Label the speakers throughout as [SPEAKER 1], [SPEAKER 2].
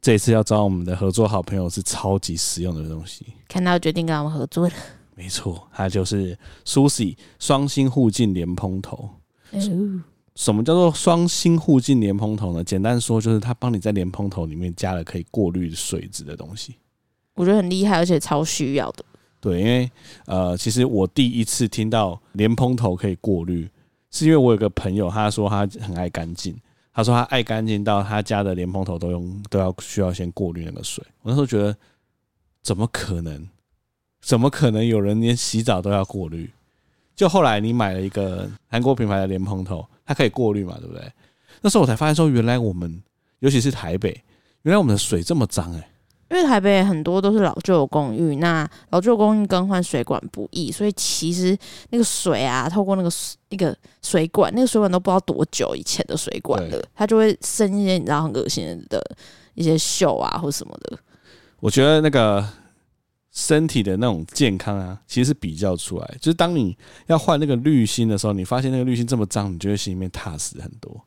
[SPEAKER 1] 这一次要找我们的合作好朋友是超级实用的东西。
[SPEAKER 2] 看到决定跟他们合作了。
[SPEAKER 1] 没错，它就是 Susi 双星护镜莲蓬头。什么叫做双星护镜莲蓬头呢？简单说就是它帮你在莲蓬头里面加了可以过滤水质的东西。
[SPEAKER 2] 我觉得很厉害，而且超需要的。
[SPEAKER 1] 对，因为呃，其实我第一次听到莲蓬头可以过滤，是因为我有个朋友，他说他很爱干净，他说他爱干净到他家的莲蓬头都用都要需要先过滤那个水。我那时候觉得，怎么可能？怎么可能有人连洗澡都要过滤？就后来你买了一个韩国品牌的莲蓬头，它可以过滤嘛，对不对？那时候我才发现说，原来我们尤其是台北，哎原来我们的水这么脏哎、
[SPEAKER 2] 因为台北很多都是老旧的公寓，那老旧公寓更换水管不易，所以其实那个水啊，透过那个水那个水管，那个水管都不知道多久以前的水管了，它就会生一些你知道很恶心的一些锈啊或什么的。
[SPEAKER 1] 我觉得那个身体的那种健康啊，其实是比较出来。就是当你要换那个滤芯的时候，你发现那个滤芯这么脏，你就会心里面踏实很多。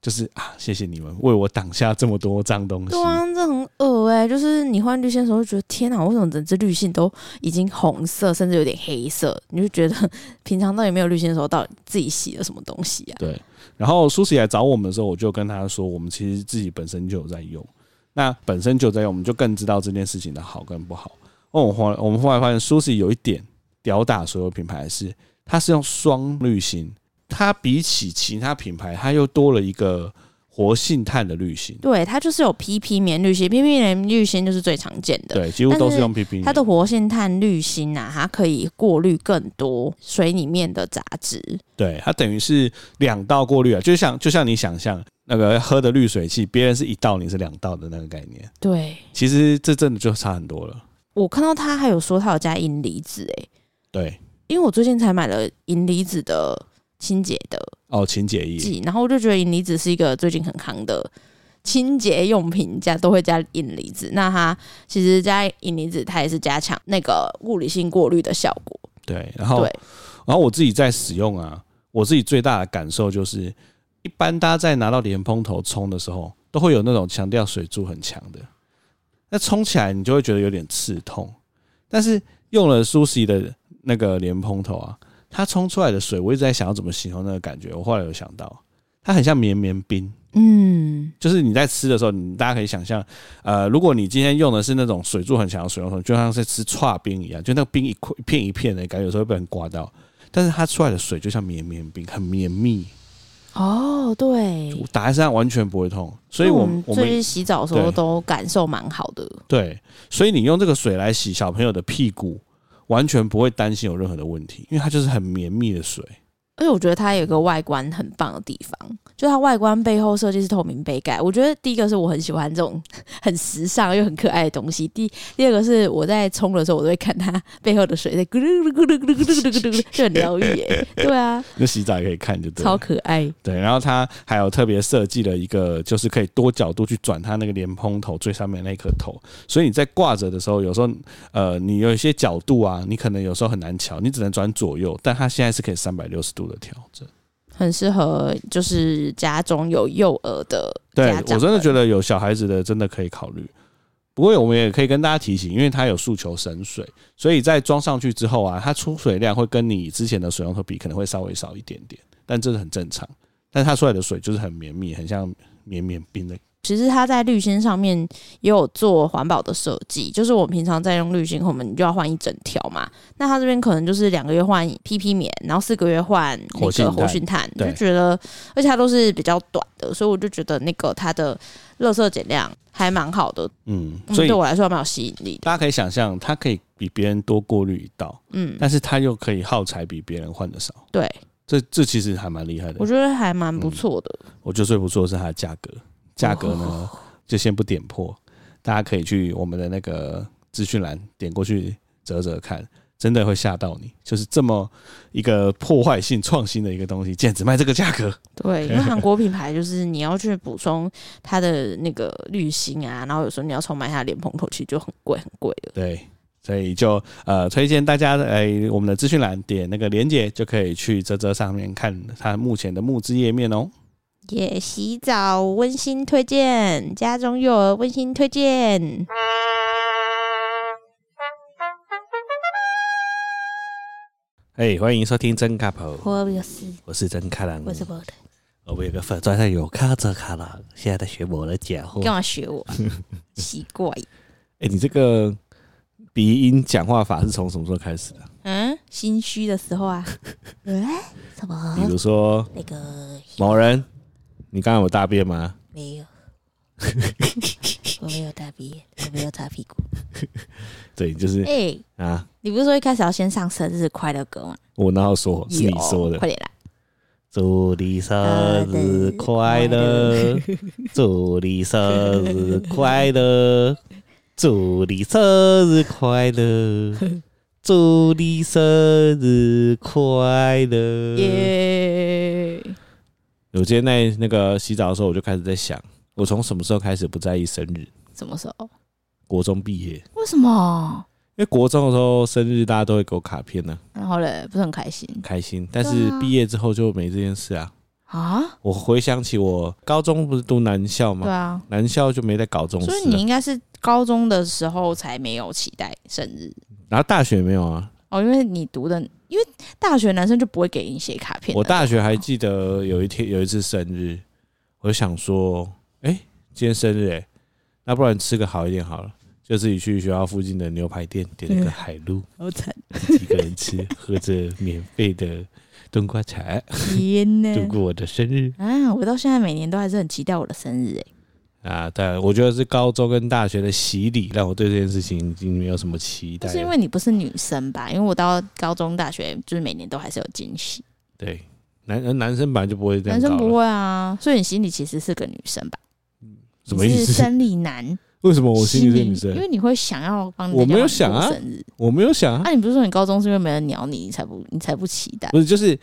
[SPEAKER 1] 就是啊，谢谢你们为我挡下这么多脏东西。
[SPEAKER 2] 对啊，这很恶哎、就是你换滤线的时候，就觉得天哪，为什么整只滤线都已经红色，甚至有点黑色？你就觉得平常到底没有滤线的时候，到底自己洗了什么东西啊？
[SPEAKER 1] 对，然后苏西来找我们的时候，我就跟他说，我们其实自己本身就有在用，那本身就有在用，我们就更知道这件事情的好跟不好。那我们后来我们后来发现，苏西有一点吊打所有品牌的是，它是用双滤芯，它比起其他品牌，它又多了一个活性炭的滤芯，
[SPEAKER 2] 对，它就是有 PP 棉滤芯，PP 棉滤芯就是最常见的。
[SPEAKER 1] 对，几乎都是用 PP。
[SPEAKER 2] 它的活性炭滤芯啊，它可以过滤更多水里面的杂质。
[SPEAKER 1] 对，它等于是两道过滤啊，就像就像你想象那个喝的滤水器，别人是一道，你是两道的那个概念，
[SPEAKER 2] 对
[SPEAKER 1] 其实这真的就差很多了。
[SPEAKER 2] 我看到它还有说它有加银离子、欸，
[SPEAKER 1] 对，
[SPEAKER 2] 因为我最近才买了银离子的清洁的
[SPEAKER 1] 哦，请解意。
[SPEAKER 2] 剂，然后我就觉得银离子是一个最近很夯的清洁用品加都会加银离子。那它其实加银离子，它也是加强那个物理性过滤的效果。
[SPEAKER 1] 对，然后
[SPEAKER 2] 对，
[SPEAKER 1] 然后我自己在使用啊，我自己最大的感受就是，一般大家在拿到莲蓬头冲的时候，都会有那种强调水柱很强的，那冲起来你就会觉得有点刺痛。但是用了苏西的那个莲蓬头啊，它冲出来的水，我一直在想要怎么形容那个感觉。我后来有想到，它很像绵绵冰，
[SPEAKER 2] 嗯，
[SPEAKER 1] 就是你在吃的时候，你大家可以想象，呃，如果你今天用的是那种水柱很强的水龙头，就像是吃刨冰一样，就那个冰一块一片一片的，感觉有时候会被人刮到。但是它出来的水就像绵绵冰，很绵密，
[SPEAKER 2] 哦，对。
[SPEAKER 1] 我打在身上完全不会痛。所以我们
[SPEAKER 2] 因为
[SPEAKER 1] 我
[SPEAKER 2] 嗯最
[SPEAKER 1] 们
[SPEAKER 2] 近洗澡的时候
[SPEAKER 1] 对
[SPEAKER 2] 都感受蛮好的，
[SPEAKER 1] 对，所以你用这个水来洗小朋友的屁股，完全不会担心有任何的问题，因为它就是很绵密的水。
[SPEAKER 2] 而且我觉得它有一个外观很棒的地方，就它外观背后设计是透明杯盖。我觉得第一个是我很喜欢这种 很时尚又很可爱的东西，第第二个是我在冲的时候，我都会看它背后的水在咕噜咕噜咕噜咕噜咕噜咕噜咕噜，就很疗愈 耶。对啊，
[SPEAKER 1] 那洗澡也可以看就对了，
[SPEAKER 2] 超可爱。
[SPEAKER 1] 对，然后它还有特别设计了一个，就是可以多角度去转它那个莲蓬头最上面那颗头，所以你在挂着的时候，有时候呃，你有一些角度啊，你可能有时候很难调，你只能转左右，但它现在是可以三百六十度的调整。
[SPEAKER 2] 很适合就是家中有幼儿的
[SPEAKER 1] 对
[SPEAKER 2] 家长
[SPEAKER 1] 我真的
[SPEAKER 2] 们
[SPEAKER 1] 觉得有小孩子的真的可以考虑。不过我们也可以跟大家提醒，因为它有诉求省水，所以在装上去之后啊，它出水量会跟你之前的水龙头比可能会稍微少一点点，但这是很正常。但它出来的水就是很绵密，很像绵绵冰的
[SPEAKER 2] 其实它在滤芯上面也有做环保的设计，就是我们平常在用滤芯，我们就要换一整条嘛。那它这边可能就是两个月换 PP 棉，然后四个月换那
[SPEAKER 1] 活性
[SPEAKER 2] 个
[SPEAKER 1] 炭
[SPEAKER 2] 活性炭，就
[SPEAKER 1] 对
[SPEAKER 2] 觉得，而且它都是比较短的，所以我就觉得那个它的垃圾减量还蛮好的，
[SPEAKER 1] 嗯，
[SPEAKER 2] 嗯
[SPEAKER 1] 所以
[SPEAKER 2] 对我来说还蛮有吸引力的。
[SPEAKER 1] 大家可以想象，它可以比别人多过滤一道，
[SPEAKER 2] 嗯，
[SPEAKER 1] 但是它又可以耗材比别人换的少。
[SPEAKER 2] 对，
[SPEAKER 1] 这这其实还蛮厉害的。
[SPEAKER 2] 我
[SPEAKER 1] 我
[SPEAKER 2] 觉得还蛮不错的。嗯
[SPEAKER 1] 觉得最不错的是它的价格，嗯价格呢
[SPEAKER 2] 哦
[SPEAKER 1] 就先不点破，大家可以去我们的那个资讯栏点过去折折看，真的会吓到你。就是这么一个破坏性创新的一个东西，简直卖这个价 格。
[SPEAKER 2] 对，因为韩国品牌就是你要去补充它的那个滤芯啊，然后有时候你要重买它的莲蓬头，其实就很贵很贵了。
[SPEAKER 1] 对，所以就呃推荐大家来我们的资讯栏点那个连接，就可以去泽泽上面看它目前的募资页面哦。
[SPEAKER 2] 也洗澡温馨推荐，家中幼儿温馨推荐。
[SPEAKER 1] 哎，欢迎收听真 couple，
[SPEAKER 2] 我有事，
[SPEAKER 1] 我是真卡郎，
[SPEAKER 2] 我是我的，
[SPEAKER 1] 我们有个粉专上有卡着卡郎，现在在学我的讲话
[SPEAKER 2] 干。嘛学我啊？奇怪，
[SPEAKER 1] 哎，你这个鼻音讲话法是从什么时候开始的？
[SPEAKER 2] 嗯，心虚的时候 啊，哎，什么
[SPEAKER 1] 比如说
[SPEAKER 2] 那个
[SPEAKER 1] 某人，你刚刚有大便吗？
[SPEAKER 2] 没有，我没有大鼻炎，我没有擦屁股。
[SPEAKER 1] 对，就是
[SPEAKER 2] 哎、
[SPEAKER 1] 啊，
[SPEAKER 2] 你不是说一开始要先上生日快乐歌吗？
[SPEAKER 1] 我然后说是你说的
[SPEAKER 2] 有，快点来。
[SPEAKER 1] 祝你生日快
[SPEAKER 2] 啊
[SPEAKER 1] 乐，祝你生日快 乐，祝你生日快乐，祝你生日快
[SPEAKER 2] 呃
[SPEAKER 1] 乐。
[SPEAKER 2] 耶、
[SPEAKER 1] 我今天在那个洗澡的时候，我就开始在想，我从什么时候开始不在意生日？
[SPEAKER 2] 什么时候？
[SPEAKER 1] 国中毕业，因
[SPEAKER 2] 为什么？
[SPEAKER 1] 为国中的时候生日大家都会给我卡片呢、
[SPEAKER 2] 然后嘞，不是很开心
[SPEAKER 1] 很开心。但是毕业之后就没这件事啊。
[SPEAKER 2] 啊？
[SPEAKER 1] 我回想起我高中不是读男校
[SPEAKER 2] 对
[SPEAKER 1] 吗？
[SPEAKER 2] 啊，
[SPEAKER 1] 男校就没在搞这种事、
[SPEAKER 2] 所
[SPEAKER 1] 啊。
[SPEAKER 2] 以你应该是高中的时候才没有期待生日
[SPEAKER 1] 然后大学没有啊，
[SPEAKER 2] 哦，因为你读的，因为大学男生就不会给你写卡片的。
[SPEAKER 1] 我大学还记得有一天有一次生日，我就想说，哎、今天生日哎、那不然吃个好一点好了，就自己去学校附近的牛排店点了个海陆，
[SPEAKER 2] 好惨，
[SPEAKER 1] 一个人吃，喝着免费的冬瓜茶，
[SPEAKER 2] 天呢
[SPEAKER 1] 度过我的生日
[SPEAKER 2] 啊！我到现在每年都还是很期待我的生日哎。
[SPEAKER 1] 啊！但我觉得是高中跟大学的洗礼，让我对这件事情已经没有什么期待了。
[SPEAKER 2] 就是因为你不是女生吧？因为我到高中、大学，就是每年都还是有惊喜。
[SPEAKER 1] 对男呃男生本来就不会这样
[SPEAKER 2] 男
[SPEAKER 1] 搞了，
[SPEAKER 2] 生不会啊，所以你心里其实是个女生吧？
[SPEAKER 1] 什么意
[SPEAKER 2] 你是
[SPEAKER 1] 思？
[SPEAKER 2] 生理男，
[SPEAKER 1] 为什么 我心里是女
[SPEAKER 2] 因
[SPEAKER 1] 生？
[SPEAKER 2] 为你会想要帮人家
[SPEAKER 1] 我没有想啊
[SPEAKER 2] 过生日。
[SPEAKER 1] 我没有想啊
[SPEAKER 2] 啊，你不是说你高中是因为没人鸟你，你才不你才不期待
[SPEAKER 1] 不是，就是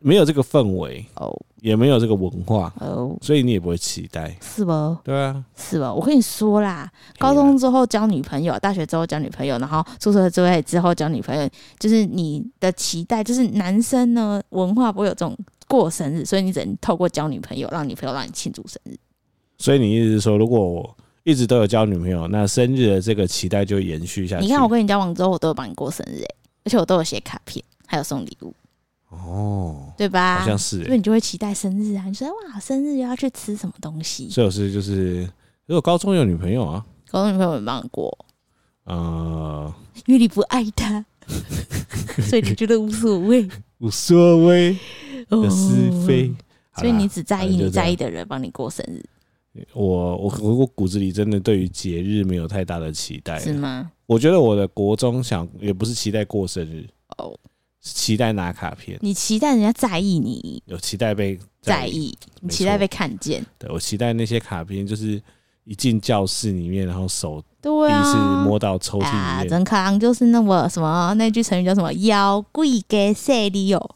[SPEAKER 1] 没有这个氛围，
[SPEAKER 2] 哦
[SPEAKER 1] 也没有这个文化，
[SPEAKER 2] 哦，
[SPEAKER 1] 所以你也不会期待。
[SPEAKER 2] 是吧？
[SPEAKER 1] 对啊，
[SPEAKER 2] 是吧？我跟你说啦，高中之后交女朋友，大学之后交女朋友，然后出社会之后交女朋友，就是你的期待，就是男生呢文化不会有这种过生日，所以你只能透过交女朋友，让女朋友让你庆祝生日。
[SPEAKER 1] 所以你一直说，如果我一直都有交女朋友，那生日的这个期待就延续下去。
[SPEAKER 2] 你看我跟你交往之后，我都有帮你过生日、欸，而且我都有写卡片，还有送礼物，
[SPEAKER 1] 哦，
[SPEAKER 2] 啊对吧？
[SPEAKER 1] 好像是、
[SPEAKER 2] 所以你就会期待生日啊！你说哇，生日又要去吃什么东西？
[SPEAKER 1] 所以我是就是，如果高中有女朋友啊，
[SPEAKER 2] 高中女朋友没帮你过，
[SPEAKER 1] 呃，
[SPEAKER 2] 因为你不爱他，所以你觉得无所谓
[SPEAKER 1] 无所谓
[SPEAKER 2] 哦
[SPEAKER 1] 的是非。好
[SPEAKER 2] 嗯所以
[SPEAKER 1] 啦
[SPEAKER 2] 你只在意
[SPEAKER 1] 反正就
[SPEAKER 2] 你
[SPEAKER 1] 这样
[SPEAKER 2] 在意的人帮你过生日，
[SPEAKER 1] 我我我我骨子里真的对于节日没有太大的期待。啊
[SPEAKER 2] 是吗？
[SPEAKER 1] 我觉得我的国中想也不是期待过生日，
[SPEAKER 2] 哦，
[SPEAKER 1] 是期待拿卡片，
[SPEAKER 2] 你期待人家在意你，
[SPEAKER 1] 有期待被
[SPEAKER 2] 在意你期待被看见，
[SPEAKER 1] 对我期待那些卡片，就是一进教室里面，然后手第
[SPEAKER 2] 对
[SPEAKER 1] 一次
[SPEAKER 2] 啊。
[SPEAKER 1] 摸到抽屉
[SPEAKER 2] 啊，
[SPEAKER 1] 里面，
[SPEAKER 2] 真可能就是那么什么那句成语叫什么“妖贵给谁里哦”，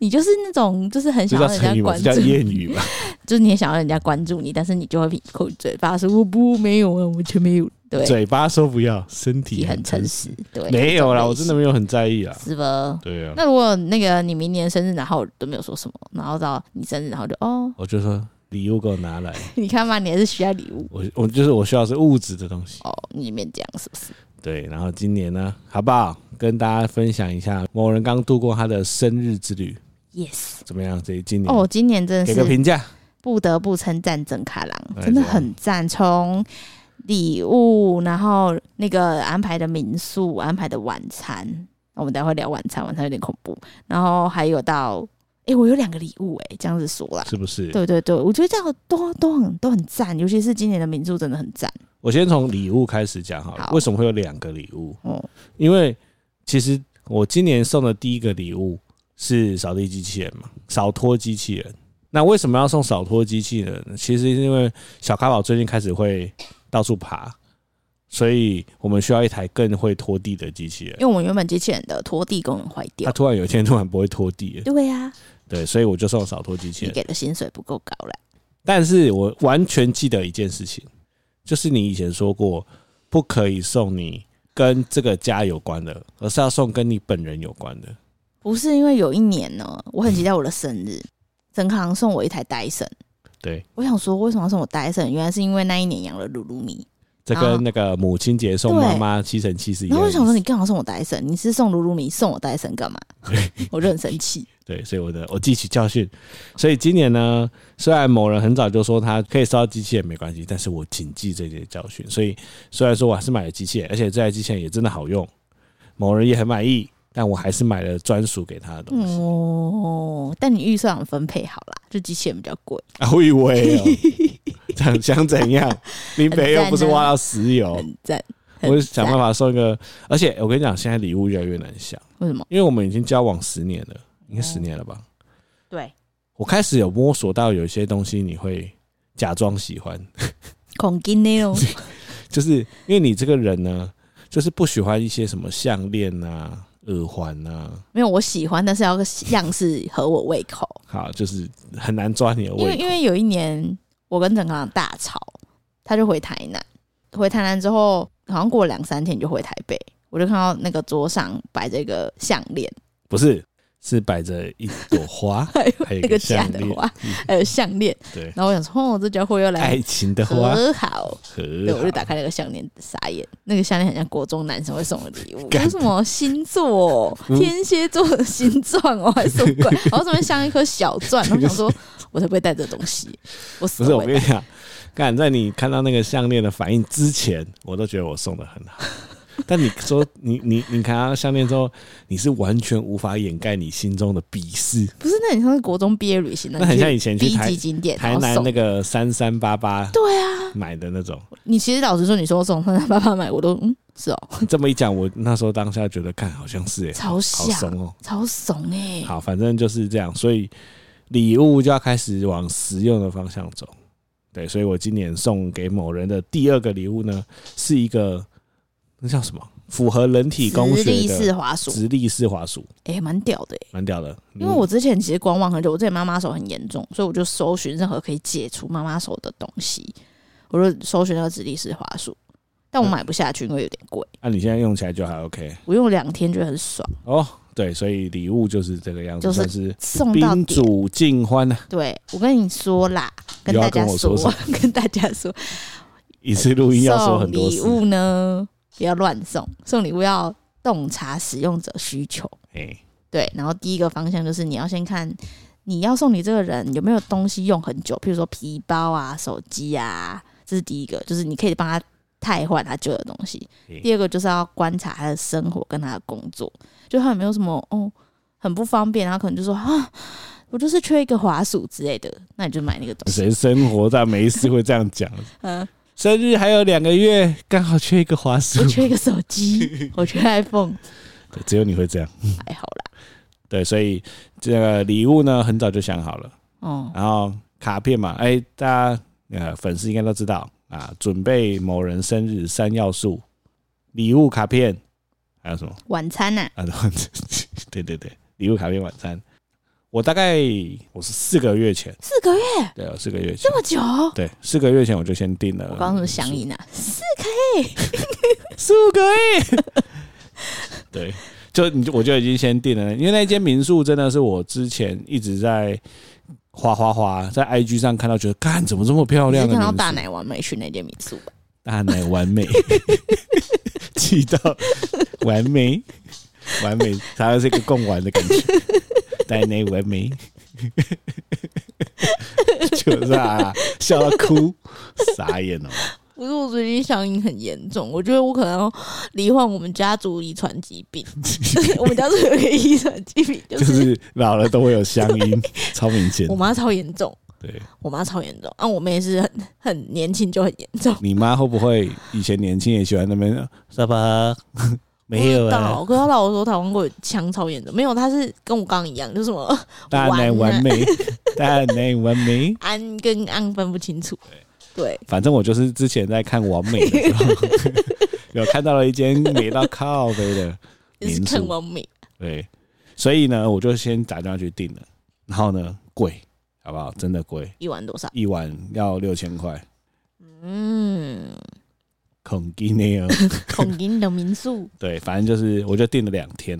[SPEAKER 2] 你就是那种就是很
[SPEAKER 1] 这
[SPEAKER 2] 想
[SPEAKER 1] 叫
[SPEAKER 2] 要人
[SPEAKER 1] 成语
[SPEAKER 2] 家
[SPEAKER 1] 吗？
[SPEAKER 2] 关
[SPEAKER 1] 这
[SPEAKER 2] 注
[SPEAKER 1] 叫，谚语吧？
[SPEAKER 2] 就是你也想要人家关注你，但是你就会闭口嘴巴说“我不没有啊，完全没有”， 对，
[SPEAKER 1] 嘴巴说不要，身体
[SPEAKER 2] 你很
[SPEAKER 1] 诚
[SPEAKER 2] 诚。实，对，
[SPEAKER 1] 没有啦，
[SPEAKER 2] 这种
[SPEAKER 1] 我
[SPEAKER 2] 类
[SPEAKER 1] 真
[SPEAKER 2] 型
[SPEAKER 1] 的没有很在意啦。
[SPEAKER 2] 是吧？
[SPEAKER 1] 对啊，
[SPEAKER 2] 那如果那个你明年生日，然后都没有说什么，然后到你生日，然后就哦，
[SPEAKER 1] 我就说礼物给我拿来，
[SPEAKER 2] 你看嘛，你还是需要礼物
[SPEAKER 1] 我我就是我需要是物质的东西。
[SPEAKER 2] 哦，你里面讲是不是？
[SPEAKER 1] 对，然后今年呢，好不好？跟大家分享一下，某人刚度过他的生日之旅，
[SPEAKER 2] Yes，
[SPEAKER 1] 怎么样？这今年
[SPEAKER 2] 哦，我今年
[SPEAKER 1] 嗯
[SPEAKER 2] 真
[SPEAKER 1] 给
[SPEAKER 2] 的
[SPEAKER 1] 个
[SPEAKER 2] 是
[SPEAKER 1] 评价。
[SPEAKER 2] 不得不称赞真卡
[SPEAKER 1] 哎
[SPEAKER 2] 郎，真的很赞。从礼物，然后那个安排的民宿，安排的晚餐，我们待会聊晚餐，晚餐有点恐怖。然后还有到，诶，我有两个礼物、诶，这样子说啦。
[SPEAKER 1] 是不是？
[SPEAKER 2] 对对对，我觉得这样都都很都很赞，尤其是今年的民宿真的很赞
[SPEAKER 1] 我先从礼物开始讲好了。
[SPEAKER 2] 好
[SPEAKER 1] 为什么会有两个礼物？
[SPEAKER 2] 哦。
[SPEAKER 1] 因为其实我今年送的第一个礼物是扫地机器人嘛，扫拖机器人。那为什么要送扫拖机器人呢？其实是因为小咖宝最近开始会到处爬，所以我们需要一台更会拖地的机器人
[SPEAKER 2] 因。为我们原本机器人的拖地功能坏
[SPEAKER 1] 它
[SPEAKER 2] 掉，
[SPEAKER 1] 突然有一天突然不会拖地了，
[SPEAKER 2] 对呀、
[SPEAKER 1] 对，所以我就送扫拖机器
[SPEAKER 2] 你
[SPEAKER 1] 人。
[SPEAKER 2] 给的薪水不够高了。
[SPEAKER 1] 但是我完全记得一件事情，就是你以前说过，不可以送你跟这个家有关的，而是要送跟你本人有关的。
[SPEAKER 2] 不是因为有一年呢，我很期待我的生日，曾康送我一台戴森，
[SPEAKER 1] 对，
[SPEAKER 2] 我想说，为什么要送我戴森？原来是因为那一年养了鲁鲁米。
[SPEAKER 1] 这跟那个母亲节送
[SPEAKER 2] 啊对
[SPEAKER 1] 妈妈七乘七十一
[SPEAKER 2] 然
[SPEAKER 1] 样
[SPEAKER 2] 后
[SPEAKER 1] 的
[SPEAKER 2] 我
[SPEAKER 1] 意思。
[SPEAKER 2] 想说，你干嘛送我戴森？你是送鲁鲁米，送我戴森干嘛？我就很生气。
[SPEAKER 1] 对，所以我的我汲取教训。所以今年呢，虽然某人很早就说他可以烧机器人没关系，但是我谨记这些教训。所以虽然说我还是买了机器人，而且这台机器人也真的好用，某人也很满意，但我还是买了专属给他的东西。
[SPEAKER 2] 嗯哦，但你预算有分配好啦，就机器人比较贵，
[SPEAKER 1] 啊，我以为 哦，想想怎样？林北又不是挖到石油，
[SPEAKER 2] 很赞。很
[SPEAKER 1] 我就想办
[SPEAKER 2] 赞。
[SPEAKER 1] 法送一个。而且我跟你讲，现在礼物越来越难想，
[SPEAKER 2] 为什么？
[SPEAKER 1] 因为我们已经交往十年了，应该十年了吧？
[SPEAKER 2] 对，
[SPEAKER 1] 我开始有摸索到有一些东西你会假装喜欢，
[SPEAKER 2] 恐惊呢哦。
[SPEAKER 1] 就是因为你这个人呢，就是不喜欢一些什么项链啊、耳环啊，
[SPEAKER 2] 没有，我喜欢，但是要个样式合我胃口。
[SPEAKER 1] 好，就是很难抓你的
[SPEAKER 2] 因为
[SPEAKER 1] 胃口
[SPEAKER 2] 因。为有一年我跟陈康朗大吵，他就回台南，回台南之后好像过了两三天就回台北，我就看到那个桌上摆着一个项链，
[SPEAKER 1] 不是，是摆着一朵花
[SPEAKER 2] 还有，
[SPEAKER 1] 还有
[SPEAKER 2] 那
[SPEAKER 1] 一个
[SPEAKER 2] 个假
[SPEAKER 1] 项
[SPEAKER 2] 的
[SPEAKER 1] 链，
[SPEAKER 2] 花，
[SPEAKER 1] 嗯
[SPEAKER 2] 还有项链，
[SPEAKER 1] 对，
[SPEAKER 2] 然后我想说，哦，这家伙又来
[SPEAKER 1] 爱情的哎花。
[SPEAKER 2] 和好。
[SPEAKER 1] 和
[SPEAKER 2] 对，我就
[SPEAKER 1] 好
[SPEAKER 2] 打开那个项链，傻眼。那个项链很像国中男生会送的礼 物，
[SPEAKER 1] 干
[SPEAKER 2] 有什么星座？
[SPEAKER 1] 嗯
[SPEAKER 2] 天蝎座的形状哦，还是什么 鬼？然后上面像一颗小钻。然后想说，我才不会带这东西，我死
[SPEAKER 1] 不是，
[SPEAKER 2] 都
[SPEAKER 1] 我
[SPEAKER 2] 不会
[SPEAKER 1] 跟
[SPEAKER 2] 带
[SPEAKER 1] 你讲，干在你看到那个项链的反应之前，我都觉得我送的很好。 但你说你你你看到项链之后，你是完全无法掩盖你心中的鄙视，
[SPEAKER 2] 不是，那你像是国中毕业旅行的，
[SPEAKER 1] 那很像以前去
[SPEAKER 2] B
[SPEAKER 1] 台
[SPEAKER 2] 级景点，
[SPEAKER 1] 台
[SPEAKER 2] 然后
[SPEAKER 1] 南
[SPEAKER 2] 送
[SPEAKER 1] 那个三三八八
[SPEAKER 2] 对啊，
[SPEAKER 1] 买的那种。
[SPEAKER 2] 你其实老实说，你说送他爸爸买，我都嗯是哦，
[SPEAKER 1] 这么一讲，我那时候当下觉得，看好像是哎、
[SPEAKER 2] 超
[SPEAKER 1] 好
[SPEAKER 2] 像，
[SPEAKER 1] 怂哦、
[SPEAKER 2] 超怂哎、
[SPEAKER 1] 好，反正就是这样，所以礼物就要开始往实用的方向走。对，所以我今年送给某人的第二个礼物呢，是一个那叫什么？符合人体工
[SPEAKER 2] 直立
[SPEAKER 1] 学
[SPEAKER 2] 式
[SPEAKER 1] 的
[SPEAKER 2] 滑鼠，
[SPEAKER 1] 直立式滑鼠，
[SPEAKER 2] 哎，蛮、屌的、欸。
[SPEAKER 1] 蛮屌的。嗯
[SPEAKER 2] 因为我之前其实观望很久，我之前妈妈手很严重，所以我就搜寻任何可以解除妈妈手的东西，我就搜寻那个直立式滑鼠，但我买不下去，因为有点贵。
[SPEAKER 1] 那、啊你现在用起来就还 OK
[SPEAKER 2] 我用了两天觉得很爽，
[SPEAKER 1] 哦。对，所以礼物就是这个样子，
[SPEAKER 2] 就是
[SPEAKER 1] 算是
[SPEAKER 2] 送到
[SPEAKER 1] 宾
[SPEAKER 2] 点。
[SPEAKER 1] 主尽欢啊！
[SPEAKER 2] 对我跟你说啦，跟
[SPEAKER 1] 又要
[SPEAKER 2] 大家
[SPEAKER 1] 跟我说
[SPEAKER 2] 说， 跟大家说，
[SPEAKER 1] 一次录音要说很多
[SPEAKER 2] 送礼
[SPEAKER 1] 次，
[SPEAKER 2] 物呢，不要乱送，送礼物要洞察使用者需求。
[SPEAKER 1] 哎、
[SPEAKER 2] 对，然后第一个方向就是你要先看你要送你这个人有没有东西用很久，譬如说皮包啊、手机啊，这是第一个，就是你可以帮他汰换他旧的东西
[SPEAKER 1] 嗯。
[SPEAKER 2] 第二个就是要观察他的生活跟他的工作，就他有没有什么哦很不方便，然后可能就说啊，我就是缺一个滑鼠之类的，那你就买那个东西。
[SPEAKER 1] 谁生活在没事会这样讲？
[SPEAKER 2] 嗯，
[SPEAKER 1] 生日还有两个月，刚好缺一个滑鼠
[SPEAKER 2] 我，缺一个手 机，我缺 iPhone，
[SPEAKER 1] 对只有你会这样。
[SPEAKER 2] 还好啦。
[SPEAKER 1] 对，所以这个礼物呢，很早就想好了。
[SPEAKER 2] 哦，
[SPEAKER 1] 然后卡片嘛，哎、大家呃粉丝应该都知道啊，准备某人生日三要素：礼物、卡片，还有什么
[SPEAKER 2] 晚餐呐、
[SPEAKER 1] 啊？ 对对对，礼物、卡片、晚餐。我大概我是四个月前，
[SPEAKER 2] 四个月
[SPEAKER 1] 对，我四个月前
[SPEAKER 2] 这，么久，
[SPEAKER 1] 对，四个月前我就先定了。
[SPEAKER 2] 我刚刚怎么想啊你呢？四
[SPEAKER 1] 四五个亿。 对，就你就我就已经先定了，因为那间民宿真的是我之前一直在哗哗哗在 IG 上看到，觉得干怎么这么漂
[SPEAKER 2] 你
[SPEAKER 1] 亮的
[SPEAKER 2] 是看
[SPEAKER 1] 民
[SPEAKER 2] 到
[SPEAKER 1] 宿，
[SPEAKER 2] 大奶完美去那间民宿吧？
[SPEAKER 1] 大奶完美， 气到完美完美，它是一个共玩的感觉，大奶完美。 就是啊，笑到哭，傻眼哦！
[SPEAKER 2] 不是，我最近上瘾很严重，我觉得我可能要罹患我们家族遗传疾 病。我们家族有一个遗传疾病，就
[SPEAKER 1] 就是是老了都会有乡音，超明显
[SPEAKER 2] 我。妈超严重，
[SPEAKER 1] 对，
[SPEAKER 2] 我妈超严重，啊，我妹也是很很年轻就很严重。
[SPEAKER 1] 你妈会不会以前年轻也喜欢那 边沙发？没有
[SPEAKER 2] 不知
[SPEAKER 1] 啊，
[SPEAKER 2] 道，可是她老我说台湾过腔超严重，没有，她是跟我刚刚一样，就是什么
[SPEAKER 1] 大奶完美，大奶完美。
[SPEAKER 2] 安跟安分不清楚。对，
[SPEAKER 1] 反正我就是之前在看完美的时候，有看到了一间美到靠背的
[SPEAKER 2] 也是
[SPEAKER 1] 民
[SPEAKER 2] 看
[SPEAKER 1] 宿，
[SPEAKER 2] 完美。
[SPEAKER 1] 对，所以呢，我就先打电话去订了，然后呢，贵，好不好？真的贵，
[SPEAKER 2] 一晚多少？
[SPEAKER 1] 一晚要六千块，
[SPEAKER 2] 嗯，
[SPEAKER 1] 恐惊呢哦。
[SPEAKER 2] 孔银的民宿
[SPEAKER 1] 对，反正就是我就订了两天，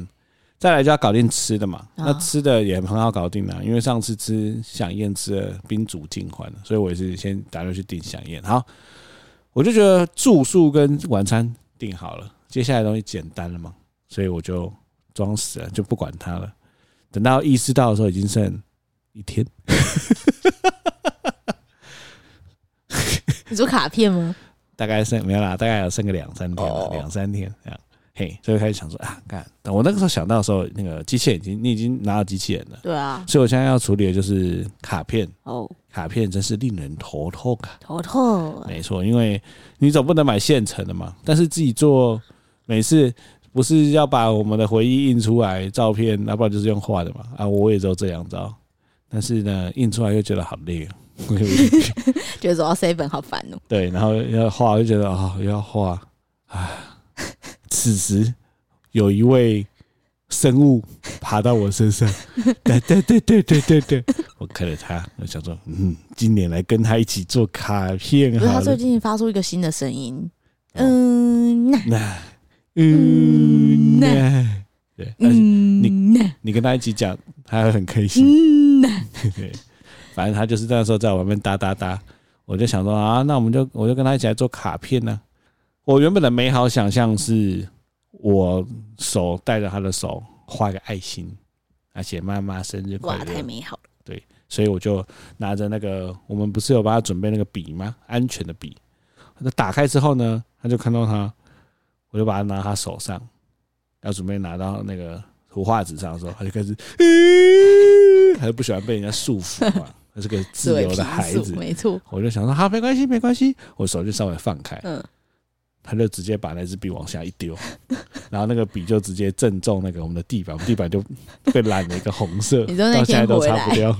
[SPEAKER 1] 再来就要搞定吃的嘛，
[SPEAKER 2] 啊
[SPEAKER 1] 那吃的也很好搞定啊，因为上次吃响宴吃了宾主尽欢了，所以我也是先打算去订响宴。好，我就觉得住宿跟晚餐订好了，接下来东西简单了嘛，所以我就装死了，就不管它了。等到意识到的时候，已经剩一天。
[SPEAKER 2] 你说卡片吗？
[SPEAKER 1] 大概剩没有啦，大概有剩个两三天了
[SPEAKER 2] 哦，
[SPEAKER 1] 两、三天这样。嘿，所以开始想说啊，干！等我那个时候想到的时候，那个机器人已经你已经拿到机器人了，
[SPEAKER 2] 对啊，
[SPEAKER 1] 所以我现在要处理的就是卡片，
[SPEAKER 2] 哦，
[SPEAKER 1] 卡片真是令人头痛啊。
[SPEAKER 2] 头痛，
[SPEAKER 1] 没错，因为你总不能买现成的嘛，但是自己做每次不是要把我们的回忆印出来照片，要不然就是用画的嘛。啊，我也只有这两招，但是呢，印出来又觉得好累、 哦。
[SPEAKER 2] 觉得走到 seven 好烦哦。
[SPEAKER 1] 对，然后要画就觉得啊、又要画，唉。此时有一位生物爬到我身 上，对对对对对对对，我看着他，我想说，嗯，今年来跟他一起做卡片
[SPEAKER 2] 不是，
[SPEAKER 1] 好
[SPEAKER 2] 他最
[SPEAKER 1] 了。
[SPEAKER 2] 近发出一个新的声音，
[SPEAKER 1] 哦
[SPEAKER 2] 嗯，那，
[SPEAKER 1] 那嗯，
[SPEAKER 2] 嗯
[SPEAKER 1] 那对，而且
[SPEAKER 2] 嗯，那，
[SPEAKER 1] 你跟他一起讲，他会很开心。
[SPEAKER 2] 嗯，
[SPEAKER 1] 哎
[SPEAKER 2] 那，
[SPEAKER 1] 对，反正他就是那时候在我旁边哒哒哒，我就想说啊，那我们就我就跟他一起来做卡片呢、我原本的美好想象是我手带着他的手画一个爱心，啊，写妈妈生日快
[SPEAKER 2] 哇，太
[SPEAKER 1] 乐，
[SPEAKER 2] 美好了，
[SPEAKER 1] 所以我就拿着那个我们不是有帮他准备那个笔吗？安全的笔，那打开之后呢，他就看到他，我就把它拿到他手上，要准备拿到那个图画纸上的时候，他就开始，他就不喜欢被人家束缚嘛，他是个自由的孩
[SPEAKER 2] 作为平
[SPEAKER 1] 子
[SPEAKER 2] 素，没错，
[SPEAKER 1] 我就想说，好，没关系，没关系，我手就稍微放开，
[SPEAKER 2] 嗯，
[SPEAKER 1] 他就直接把那支笔往下一 丢，然后那个笔就直接正中那个我们的地板，我们地板就被染了一个红色，
[SPEAKER 2] 你说那
[SPEAKER 1] 到现在
[SPEAKER 2] 天
[SPEAKER 1] 都
[SPEAKER 2] 回
[SPEAKER 1] 擦不
[SPEAKER 2] 来，
[SPEAKER 1] 掉。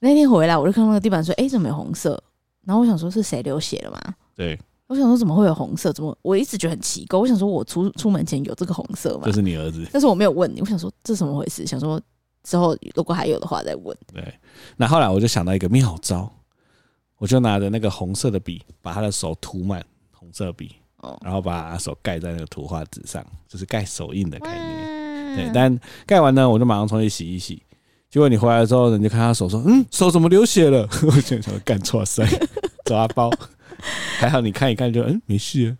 [SPEAKER 2] 那天回来我就看到那个地板说，哎，怎么有红色？然后我想说是谁流血了吗？
[SPEAKER 1] 对，
[SPEAKER 2] 我想说怎么会有红色？怎么我一直觉得很奇怪？我想说我出出门前有这个红色吗
[SPEAKER 1] 这？是你儿子。
[SPEAKER 2] 但是我没有问你，我想说这怎么回事？想说之后如果还有的话再问。
[SPEAKER 1] 对，那后来我就想到一个妙招，我就拿着那个红色的笔，把他的手涂满红色笔，
[SPEAKER 2] 哦，
[SPEAKER 1] 然后把手盖在那个图画纸上，就是盖手印的概
[SPEAKER 2] 嗯
[SPEAKER 1] 念。对
[SPEAKER 2] 对，
[SPEAKER 1] 但盖完呢，我就马上冲去洗一洗。结果你回来之后，人家看他手说：“嗯，手怎么流血了？”我就想说干错事， 抓包。还好你看一看就嗯没事啊。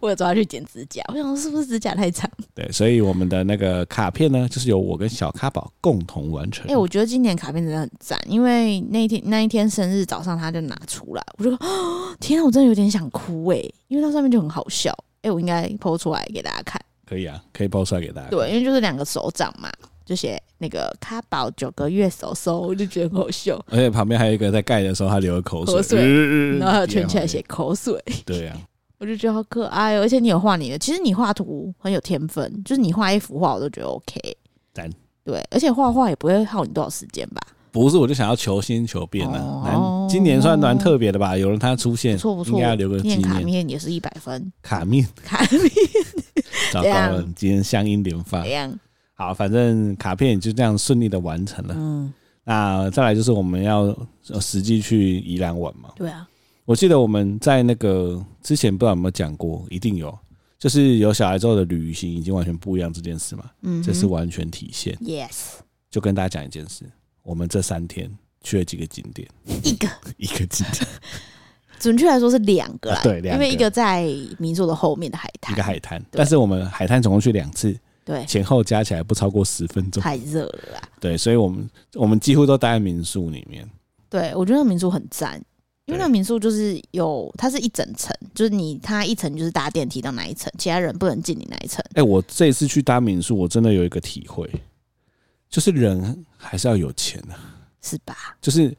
[SPEAKER 2] 我有抓他去剪指甲，我想说是不是指甲太 长？
[SPEAKER 1] 对，所以我们的那个卡片呢，就是由我跟小咖宝共同完成。
[SPEAKER 2] 哎、我觉得今年卡片真的很赞，因为那一天那一天生日早上他就拿出来，我就哦 天啊，我真的有点想哭哎、因为它上面就很好笑。哎、我应该剖出来给大家看，
[SPEAKER 1] 可以啊，可以包出来给大家。
[SPEAKER 2] 对，因为就是两个手掌嘛，就写那个卡宝九个月手手，我就觉得很好笑。
[SPEAKER 1] 而且旁边还有一个在盖的时候，他流了口水，
[SPEAKER 2] 口水
[SPEAKER 1] 嗯
[SPEAKER 2] 然后还有圈起来写。口水，
[SPEAKER 1] 对啊，
[SPEAKER 2] 我就觉得好可爱、哦。而且你有画你的，其实你画图很有天分，就是你画一幅画我都觉得 OK。
[SPEAKER 1] 赞
[SPEAKER 2] 对，而且画画也不会耗你多少时间吧？
[SPEAKER 1] 不是，我就想要求新求变了、
[SPEAKER 2] 哦
[SPEAKER 1] 蛮今年算蛮特别的吧，有了他出现，
[SPEAKER 2] 不错不
[SPEAKER 1] 嗯
[SPEAKER 2] 错，
[SPEAKER 1] 应该要留个
[SPEAKER 2] 今
[SPEAKER 1] 纪
[SPEAKER 2] 年卡
[SPEAKER 1] 念。
[SPEAKER 2] 面也是一百 分，
[SPEAKER 1] 卡 面，
[SPEAKER 2] 卡面
[SPEAKER 1] 糟
[SPEAKER 2] 怎
[SPEAKER 1] 糕
[SPEAKER 2] 样
[SPEAKER 1] 了，今天乡音连发
[SPEAKER 2] 怎。样？
[SPEAKER 1] 好，反正卡片也就这样顺利的完成了。
[SPEAKER 2] 嗯，
[SPEAKER 1] 那再来就是我们要呃实际去宜兰玩嘛。
[SPEAKER 2] 对啊，
[SPEAKER 1] 我记得我们在那个之前不知道有没有讲过，一定有，就是有小孩之后的旅行已经完全不一样这件事嘛，
[SPEAKER 2] 嗯哼，
[SPEAKER 1] 这是完全体现。
[SPEAKER 2] yes
[SPEAKER 1] 就跟大家讲一件事，我们这三天去了几个景点，
[SPEAKER 2] 一个，
[SPEAKER 1] 一个景点，
[SPEAKER 2] 准确来说是两个啦，
[SPEAKER 1] 啊对两
[SPEAKER 2] 因
[SPEAKER 1] 个
[SPEAKER 2] 为一个在民宿的后面的海
[SPEAKER 1] 一
[SPEAKER 2] 滩
[SPEAKER 1] 个，海滩，
[SPEAKER 2] 对
[SPEAKER 1] 但是我们海滩总共去两次，
[SPEAKER 2] 对，
[SPEAKER 1] 前后加起来不超过十分 钟。
[SPEAKER 2] 太热了啦。
[SPEAKER 1] 对，所以我们我们几乎都待在民宿里面。
[SPEAKER 2] 对，我觉得那民宿很赞，因为
[SPEAKER 1] 对
[SPEAKER 2] 那民宿就是有，它是一整层，就是你它一层就是搭电梯到哪一层，其他人不能进你那一层。
[SPEAKER 1] 哎、我这次去搭民宿，我真的有一个体会，就是人还是要有钱啊，
[SPEAKER 2] 是吧？
[SPEAKER 1] 就是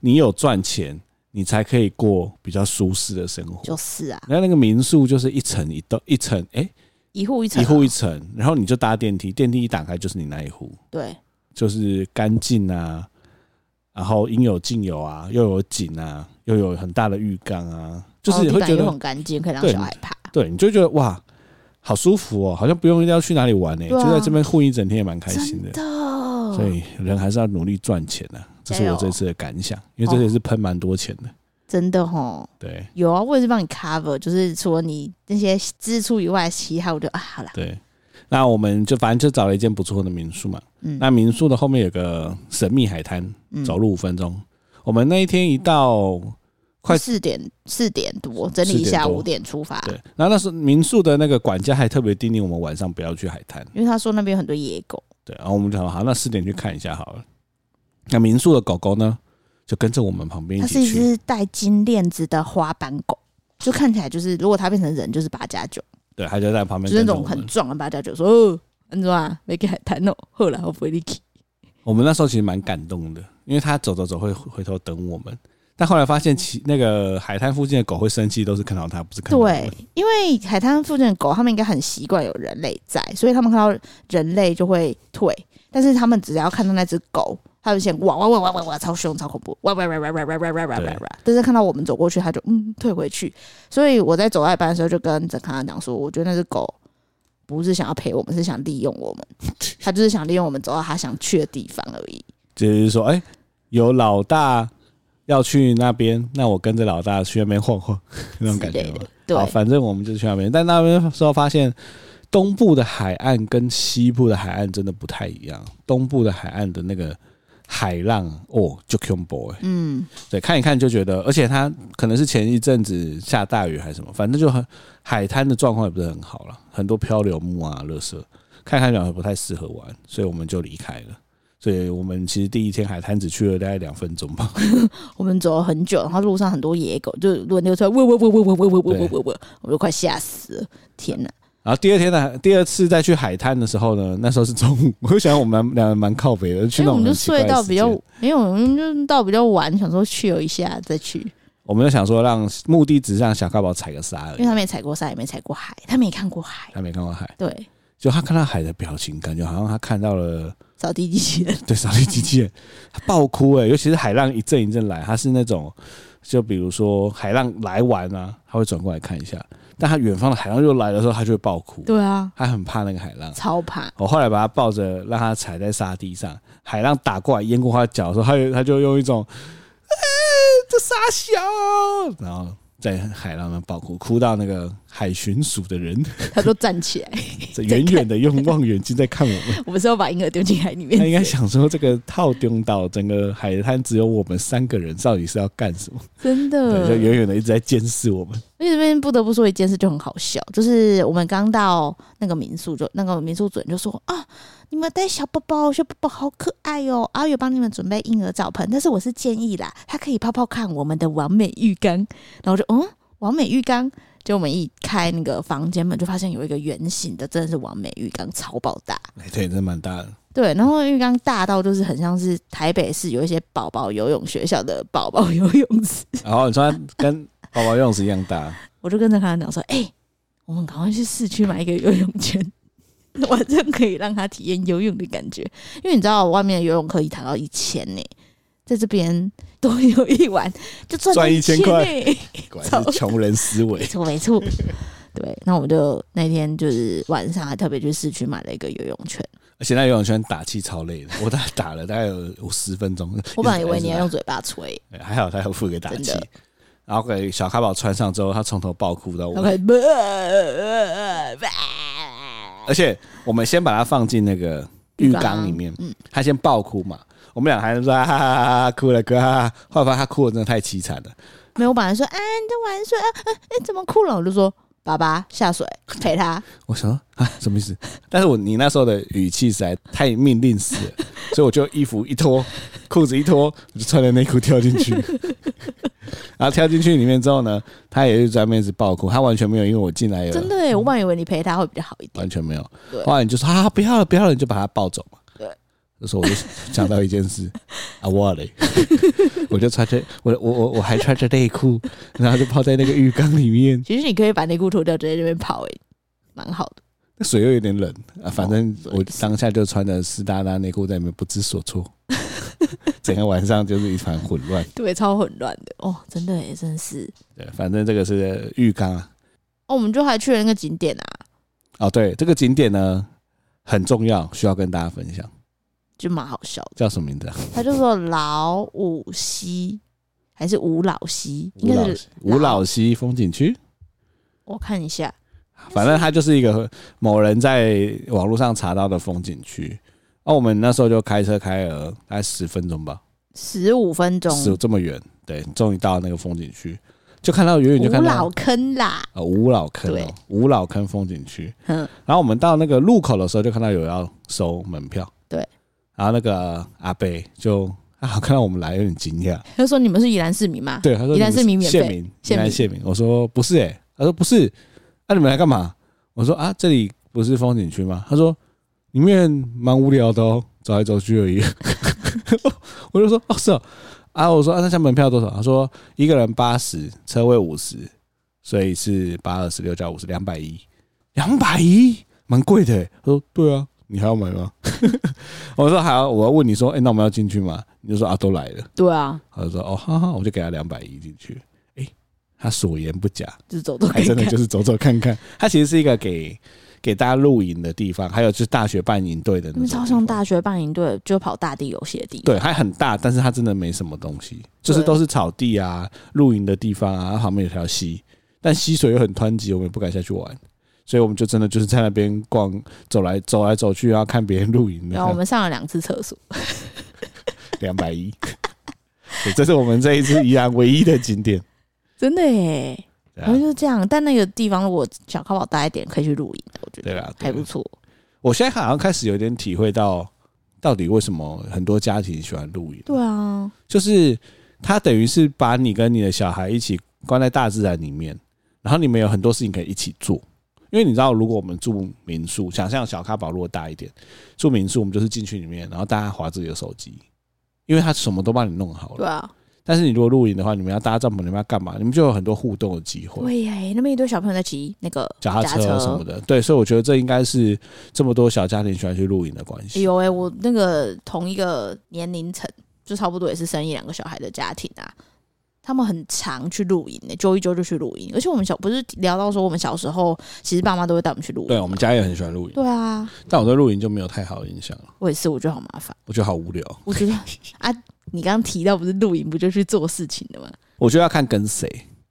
[SPEAKER 1] 你有赚钱，你才可以过比较舒适的生活。
[SPEAKER 2] 就是啊，
[SPEAKER 1] 那那个民宿就是一层一栋一层，哎、
[SPEAKER 2] 一户一层
[SPEAKER 1] 一
[SPEAKER 2] 啊，
[SPEAKER 1] 户一层，然后你就搭电梯，电梯一打开就是你那一户。
[SPEAKER 2] 对，
[SPEAKER 1] 就是干净啊，然后应有尽有啊，又有景啊，又有很大的浴缸啊，就是
[SPEAKER 2] 然
[SPEAKER 1] 你
[SPEAKER 2] 后
[SPEAKER 1] 会
[SPEAKER 2] 哦地板
[SPEAKER 1] 觉
[SPEAKER 2] 又
[SPEAKER 1] 得，
[SPEAKER 2] 很干净，可以让
[SPEAKER 1] 对
[SPEAKER 2] 小孩爬。
[SPEAKER 1] 对，你就觉得哇，好舒服哦，好像不用一定要去哪里玩呢、欸
[SPEAKER 2] 对啊
[SPEAKER 1] 就在这边混一整天也蛮开心
[SPEAKER 2] 真
[SPEAKER 1] 的。
[SPEAKER 2] 的，
[SPEAKER 1] 所以人还是要努力赚钱的、这是
[SPEAKER 2] 加
[SPEAKER 1] 我
[SPEAKER 2] 油
[SPEAKER 1] 这次的感想，因为这次也是喷蛮多钱的。
[SPEAKER 2] 真的吼，
[SPEAKER 1] 对
[SPEAKER 2] 有啊，我也是帮你 cover，就是除了你那些支出以外，其他我就啊好了，
[SPEAKER 1] 对，那我们就反正就找了一间不错的民宿嘛。
[SPEAKER 2] 嗯
[SPEAKER 1] 那民宿的后面有个神秘海滩，走路五分钟。我们那一天一到，快
[SPEAKER 2] 四点四点多整理
[SPEAKER 1] 4
[SPEAKER 2] 一
[SPEAKER 1] 点
[SPEAKER 2] 下，
[SPEAKER 1] 多
[SPEAKER 2] 五点出发，
[SPEAKER 1] 对，然后那时候民宿的那个管家还特别叮咛我们晚上不要去海滩。
[SPEAKER 2] 因为他说那边有很多野狗，
[SPEAKER 1] 对，然后我们就想好，那四点去看一下好了。那民宿的狗狗呢，就跟着我们旁边一
[SPEAKER 2] 它是
[SPEAKER 1] 起
[SPEAKER 2] 一
[SPEAKER 1] 去。
[SPEAKER 2] 只带金链子的花斑狗，就看起来就是如果它变成人就是八加九，
[SPEAKER 1] 对，它就在旁边
[SPEAKER 2] 就是那
[SPEAKER 1] 跟着我
[SPEAKER 2] 种
[SPEAKER 1] 们。
[SPEAKER 2] 很壮的八加九，说哦，安怎啊，没给海滩哦，后来我不会离去。
[SPEAKER 1] 我们那时候其实蛮感动的，因为它走走走会回头等我们。但后来发现其，那个海滩附近的狗会生气，都是看到它，不是看到我们
[SPEAKER 2] 对，因为海滩附近的狗，它们应该很习惯有人类在，所以它们看到人类就会退。但是它们只要看到那只狗，它就先哇哇哇哇哇哇，超凶超恐怖，哇哇哇哇哇哇哇哇哇哇哇。但是看到我们走过去，它就嗯退回去。所以我在走到一半的时候，就跟整康讲说，我觉得那只狗不是想要陪我们，是想利用我们，它就是想利用我们走到它想去的地方而已。
[SPEAKER 1] 就是说，哎、有老大要去那边，那我跟着老大去那边晃 晃，那种感觉
[SPEAKER 2] 之类
[SPEAKER 1] 嘛
[SPEAKER 2] 的。对
[SPEAKER 1] 好，反正我们就去那边。但那边时候发现，东部的海岸跟西部的海岸真的不太一样。东部的海岸的那个海浪哦，就 c u m b o
[SPEAKER 2] 嗯，
[SPEAKER 1] 对，看一看就觉得，而且它可能是前一阵子下大雨还是什么，反正就很海滩的状况也不是很好了，很多漂流木啊、垃圾，看看两不太适合玩，所以我们就离开了。所以我们其实第一天海滩只去了大概两分钟吧，
[SPEAKER 2] 我们走了很久，然后路上很多野狗就轮流出来，喂喂喂喂喂喂喂喂喂喂喂，我都快吓死了！天哪！
[SPEAKER 1] 然后第二天呢，第二次再去海滩的时候呢，那时候是中午，我就想我们两个蛮靠北的，去
[SPEAKER 2] 因
[SPEAKER 1] 那
[SPEAKER 2] 为哎我
[SPEAKER 1] 种
[SPEAKER 2] 们就
[SPEAKER 1] 很奇怪
[SPEAKER 2] 睡
[SPEAKER 1] 的
[SPEAKER 2] 到
[SPEAKER 1] 时
[SPEAKER 2] 比较
[SPEAKER 1] 间，
[SPEAKER 2] 没有，我们就到比较晚，想说去游一下再去，
[SPEAKER 1] 我们就想说让目的只是让小高宝踩个沙而
[SPEAKER 2] 因为
[SPEAKER 1] 已
[SPEAKER 2] 他，没踩过山，也没踩过海，他没看过海，
[SPEAKER 1] 他没看过海，
[SPEAKER 2] 对，
[SPEAKER 1] 就他看到海的表情，感觉好像他看到了。
[SPEAKER 2] 扫地机 器人，
[SPEAKER 1] 对，扫地机器人，他爆哭哎、尤其是海浪一阵一阵来，它是那种，就比如说海浪来完啊，他会转过来看一下，但他远方的海浪又来的时候，他就会爆哭，
[SPEAKER 2] 对啊，
[SPEAKER 1] 他很怕那个海浪。
[SPEAKER 2] 超怕，
[SPEAKER 1] 我后来把他抱着，让他踩在沙地上，海浪打过来淹过他的脚的时候，他就他就用一种，哎、这傻小，然后在海浪上爆哭，哭到那个海巡署的人
[SPEAKER 2] 他都站起来，
[SPEAKER 1] 在远远的用望远镜在看我们。
[SPEAKER 2] 我们是要把婴儿丢进海里
[SPEAKER 1] 他应
[SPEAKER 2] 面，
[SPEAKER 1] 该想说，这个套丢岛整个海滩只有我们三个人，到底是要干什么？
[SPEAKER 2] 真的
[SPEAKER 1] 对，就，远远的一直在监视我们。
[SPEAKER 2] 因为这边不得不说一件事就很好笑，就是我们刚到那个民宿就，那个民宿主人就说啊，你们带小宝宝，小宝宝好可爱哦，阿月帮你们准备婴儿澡盆，但是我是建议啦，他可以泡泡看我们的完美浴缸，然后我就嗯，完美浴缸，就我们一开那个房间门就发现有一个圆形的，真的是完美浴缸，超爆大，
[SPEAKER 1] 哎，对，真的蛮大的。
[SPEAKER 2] 对，然后浴缸大到就是很像是台北市有一些宝宝游泳学校的宝宝游泳池。
[SPEAKER 1] 然后你说它跟宝宝游泳池一样大，
[SPEAKER 2] 我就跟陈康讲说：“哎、我们赶快去市区买一个游泳圈， 晚上可以让他体验游泳的感觉。因为你知道，外面的游泳课一堂要一千呢，在这边多游一晚就赚
[SPEAKER 1] 赚
[SPEAKER 2] 一
[SPEAKER 1] 1000
[SPEAKER 2] 呢
[SPEAKER 1] 果然是穷人思
[SPEAKER 2] 没
[SPEAKER 1] 维。
[SPEAKER 2] 错，没错。对，那我们就那天就是晚上还特别去市区买了一个游泳圈。
[SPEAKER 1] 而且那游泳圈打气超累的，我大概打了大概有有十分钟。
[SPEAKER 2] 我本来以为你要
[SPEAKER 1] 一
[SPEAKER 2] 用
[SPEAKER 1] 直
[SPEAKER 2] 嘴巴吹，
[SPEAKER 1] 打，一直打还好他有付给打气
[SPEAKER 2] 真的。
[SPEAKER 1] 然后给小卡宝穿上之后，他从头爆哭到
[SPEAKER 2] 然后
[SPEAKER 1] 尾。
[SPEAKER 2] 开始啵啵啵
[SPEAKER 1] 而且我们先把它放进那个浴缸里面，
[SPEAKER 2] 嗯，
[SPEAKER 1] 他先爆哭嘛，我们俩还说哈哈哈哈哈哭了哥，哈哈后来发现他哭的真的太凄惨了，
[SPEAKER 2] 没有，我本来说啊，你在玩水啊，哎、啊哎怎么哭了？我就说爸爸下水陪他，
[SPEAKER 1] 我想说啊什么意思？但是我你那时候的语气实在太命令死 了，所以我就衣服一脱，裤子一脱，我就穿着内裤跳进 去，然后跳进去里面之后呢，他也是在那边一直爆哭，他完全没有因为我进来有
[SPEAKER 2] 真的耶，我本来以为你陪他会比较好一点
[SPEAKER 1] 完。全没有
[SPEAKER 2] 对，
[SPEAKER 1] 后来你就说啊不要了不要了，你就把他抱走嘛。
[SPEAKER 2] 对，
[SPEAKER 1] 那时候我就想到一件 事啊我嘞，我就穿着我我我我还穿着内裤，然后就泡在那个浴缸里面，
[SPEAKER 2] 其实你可以把内裤脱掉，直接在那边跑，哎，蛮好的。
[SPEAKER 1] 那水又有点冷啊，反正
[SPEAKER 2] 哦
[SPEAKER 1] 我当下就穿着湿哒哒内裤在里面不知所措， 整个晚上就是一团混乱。
[SPEAKER 2] 对，超混乱的哦，真的耶，真是。
[SPEAKER 1] 对，反正这个是浴缸啊。
[SPEAKER 2] 哦，我们就还去了那个景点啊，
[SPEAKER 1] 哦，对，这个景点呢很重要，需要跟大家分享，
[SPEAKER 2] 就蛮好笑的。
[SPEAKER 1] 叫什么名字、啊？
[SPEAKER 2] 他就说老五溪还是吴老溪，应
[SPEAKER 1] 吴
[SPEAKER 2] 该
[SPEAKER 1] 老
[SPEAKER 2] 是
[SPEAKER 1] 吴老溪风景区。
[SPEAKER 2] 我看一下，
[SPEAKER 1] 反正它就是一个某人在网络上查到的风景区。那、我们那时候就开车开了大概十分钟吧，
[SPEAKER 2] 十五分钟，
[SPEAKER 1] 十这么远，对，终于到那个风景区，就看到远远就
[SPEAKER 2] 五
[SPEAKER 1] 看到
[SPEAKER 2] 老坑啦，
[SPEAKER 1] 呃五老坑、哦
[SPEAKER 2] 对，
[SPEAKER 1] 五老坑风景区。
[SPEAKER 2] 嗯，
[SPEAKER 1] 然后我们到那个路口的时候，就看到有人要收门票，
[SPEAKER 2] 对。
[SPEAKER 1] 然后那个阿贝就啊，看到我们来有点惊讶，
[SPEAKER 2] 他说你们是宜兰市民吗？
[SPEAKER 1] 对，他说
[SPEAKER 2] 宜兰市民免费
[SPEAKER 1] 县民，宜
[SPEAKER 2] 县
[SPEAKER 1] 兰
[SPEAKER 2] 民
[SPEAKER 1] 县民。我说不是哎、他说不是，那、你们来干嘛？我说啊，这里不是风景区吗？他说里面蛮无聊的哦，走来走去而已。 我就说哦是哦，啊我说啊那像门票多少？他说一个人八十，车位五十，所以是八二十六加五十，两百一，两百一蛮贵的、欸。他说对啊。你还要买吗？ 我说好，我要问你说，哎、那我们要进去吗？你就说啊，都来了。
[SPEAKER 3] 对啊，
[SPEAKER 1] 他就说：“哦，哈哈，我就给他两百一进去。诶，他所言 不假，
[SPEAKER 3] 就是走走
[SPEAKER 1] 还
[SPEAKER 3] 看
[SPEAKER 1] 真的
[SPEAKER 3] 看
[SPEAKER 1] 就。是走走看看。他其实是一个给给大家露营的地方，还有就是大学办营队的
[SPEAKER 3] 他
[SPEAKER 1] 那
[SPEAKER 3] 们
[SPEAKER 1] 种
[SPEAKER 3] 超
[SPEAKER 1] 地
[SPEAKER 3] 像
[SPEAKER 1] 方。
[SPEAKER 3] 大学办营队，就跑大地游戏的地方。
[SPEAKER 1] 对，还很大，但是它真的没什么东西，就是
[SPEAKER 3] 对
[SPEAKER 1] 都是草地啊、露营的地方啊，然后旁边有条溪，但溪水又很湍急，我们也不敢下去玩，所以我们就真的就是在那边逛，走来走来走去，然后看别人露营，
[SPEAKER 2] 然后我们上了两次厕所，
[SPEAKER 1] 两百一， 对这是我们这一次宜兰唯一的景 点。
[SPEAKER 2] 真的耶，
[SPEAKER 1] 对啊
[SPEAKER 2] 然后就这样。但那个地方如果小咖宝大一点，可以去露营的，我觉
[SPEAKER 1] 对
[SPEAKER 2] 得
[SPEAKER 1] 啦对啊
[SPEAKER 2] 还不
[SPEAKER 1] 啦
[SPEAKER 2] 错。
[SPEAKER 1] 我现在好像开始有点体会到，到底为什么很多家庭喜欢露营，
[SPEAKER 2] 对啊，
[SPEAKER 1] 就是他等于是把你跟你的小孩一起关在大自然里面，然后你们有很多事情可以一起做。因为你知道，如果我们住民宿，想象小咖宝如果大一点，住民宿我们就是进去里面，然后大家划自己的手机，因为他什么都帮你弄好
[SPEAKER 2] 对
[SPEAKER 1] 了。
[SPEAKER 2] 啊，
[SPEAKER 1] 但是你如果露营的话，你们要搭帐篷，你们要干嘛？你们就有很多互动的机会。
[SPEAKER 2] 对耶，那边一堆小朋友在骑那个
[SPEAKER 1] 脚踏
[SPEAKER 2] 脚踏
[SPEAKER 1] 车
[SPEAKER 2] 车
[SPEAKER 1] 什么的，对，所以我觉得这应该是这么多小家庭喜欢去露营的关系。
[SPEAKER 2] 有哎、我那个同一个年龄层，就差不多也是生一两个小孩的家庭啊，他们很常去露营、欸，周一周就去露营。而且我们小不是聊到说，我们小时候其实爸妈都会带我们去露营。
[SPEAKER 1] 对，我们家也很喜欢露营，
[SPEAKER 2] 对啊，
[SPEAKER 1] 但我对露营就没有太好的印象了，
[SPEAKER 2] 我也是，我觉得好麻烦。
[SPEAKER 1] 我觉得好无聊。
[SPEAKER 2] 我觉得 啊，你刚刚提到不是露营，不就去做事情的吗？
[SPEAKER 1] 我觉得要看跟谁，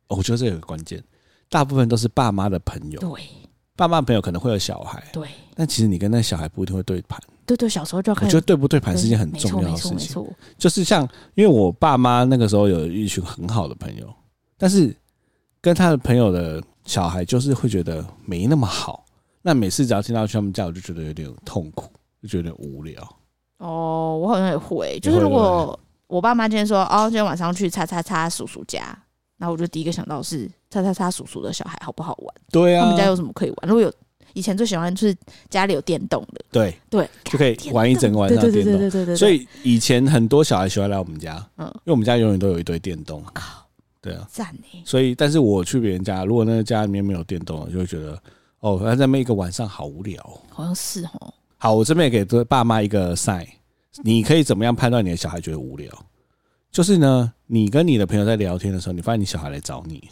[SPEAKER 1] 哦我觉得这有个关键，大部分都是爸妈的朋友，
[SPEAKER 2] 对
[SPEAKER 1] 爸妈的朋友可能会有小孩，
[SPEAKER 2] 对
[SPEAKER 1] 但其实你跟那小孩不一定会对盘。
[SPEAKER 2] 对对，小时候就要
[SPEAKER 1] 我
[SPEAKER 2] 开
[SPEAKER 1] 觉得
[SPEAKER 2] 始。
[SPEAKER 1] 对不对盘
[SPEAKER 2] 对
[SPEAKER 1] 是一件很
[SPEAKER 2] 没
[SPEAKER 1] 重
[SPEAKER 2] 错
[SPEAKER 1] 要
[SPEAKER 2] 没
[SPEAKER 1] 的
[SPEAKER 2] 错
[SPEAKER 1] 事
[SPEAKER 2] 没
[SPEAKER 1] 情，
[SPEAKER 2] 错，
[SPEAKER 1] 就是像因为我爸妈那个时候有一群很好的朋友，但是跟他的朋友的小孩就是会觉得没那么好，那每次只要听到去他们家，我就觉得有点痛苦，就觉得有点无聊。
[SPEAKER 2] 哦，我好像也会，就
[SPEAKER 1] 你
[SPEAKER 2] 是
[SPEAKER 1] 会对
[SPEAKER 2] 如
[SPEAKER 1] 不
[SPEAKER 2] 果我爸妈今天说哦，今天晚上去叉叉叉叔叔家，然后我就第一个想到是叉叉叉叔叔的小孩好不好玩，
[SPEAKER 1] 对啊，
[SPEAKER 2] 他们家有什么可以玩？如果有以前最喜欢就是家里有电动的，
[SPEAKER 1] 对
[SPEAKER 2] 对，
[SPEAKER 1] 就可以玩一整个晚
[SPEAKER 2] 对
[SPEAKER 1] 上
[SPEAKER 2] 对
[SPEAKER 1] 的
[SPEAKER 2] 对
[SPEAKER 1] 电动
[SPEAKER 2] 对对。对对，
[SPEAKER 1] 所以以前很多小孩喜欢来我们家，
[SPEAKER 2] 嗯
[SPEAKER 1] 因为我们家永远都有一堆电动，
[SPEAKER 2] 靠
[SPEAKER 1] 对啊。
[SPEAKER 2] 赞欸呢，
[SPEAKER 1] 所以，但是我去别人家，如果那个家里面没有电动了，就会觉得哦，他在那么一个晚上好无聊哦。
[SPEAKER 2] 好像是哦，
[SPEAKER 1] 好，我这边也给这爸妈一个 sign，你可以怎么样判断你的小孩觉得无聊？就是呢，你跟你的朋友在聊天的时候，你发现你小孩来找你，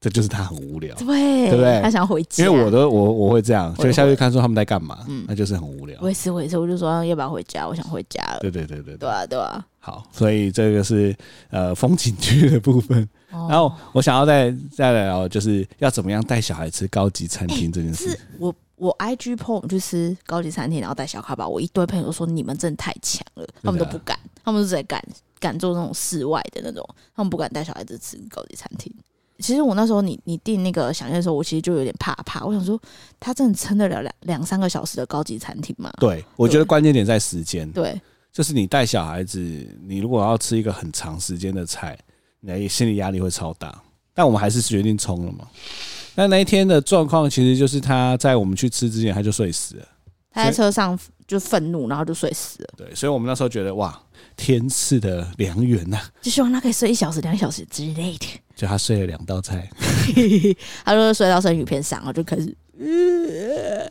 [SPEAKER 1] 这就是他很无 聊。
[SPEAKER 2] 对
[SPEAKER 1] 对不对
[SPEAKER 2] 他想回家，
[SPEAKER 1] 因为我都我我会这样，
[SPEAKER 2] 啊我也
[SPEAKER 1] 就下去看说他们在干嘛
[SPEAKER 2] 嗯，
[SPEAKER 1] 那就是很无聊
[SPEAKER 2] 我。也是我也是，我就说要不要回家，我想回家了，
[SPEAKER 1] 对对对对
[SPEAKER 2] 对
[SPEAKER 1] 对，
[SPEAKER 2] 啊对啊，
[SPEAKER 1] 好，所以这个是呃风景区的部分。
[SPEAKER 2] 然
[SPEAKER 1] 然后我想要再再来聊，就是要怎么样带小孩吃高级餐厅这件事。
[SPEAKER 2] 是我我 IG po 我们去吃高级餐厅，然后带小卡吧，我一堆朋友说你们真的太强了，他们都不敢，他们都只敢敢做那种室外的那种，他们不敢带小孩子吃高级餐厅。其实我那时候你你订那个响宴的时候，我其实就有点怕怕，我想说他真的撑得了两两三个小时的高级餐厅吗？
[SPEAKER 1] 对，我觉得关键点在时间，
[SPEAKER 2] 对
[SPEAKER 1] 就是你带小孩子，你如果要吃一个很长时间的菜，你的心理压力会超大。但我们还是决定冲了嘛。那那一天的状况其实就是他在我们去吃之前他就睡死了，
[SPEAKER 2] 他在车上就愤怒，然后就睡死了，
[SPEAKER 1] 对，所以我们那时候觉得哇，天赐的良缘呐、啊
[SPEAKER 2] 就希望他可以睡一小时、两小时之类的。
[SPEAKER 1] 就他睡了两道 菜，
[SPEAKER 2] 他就睡到生鱼片上，然后就开始，呃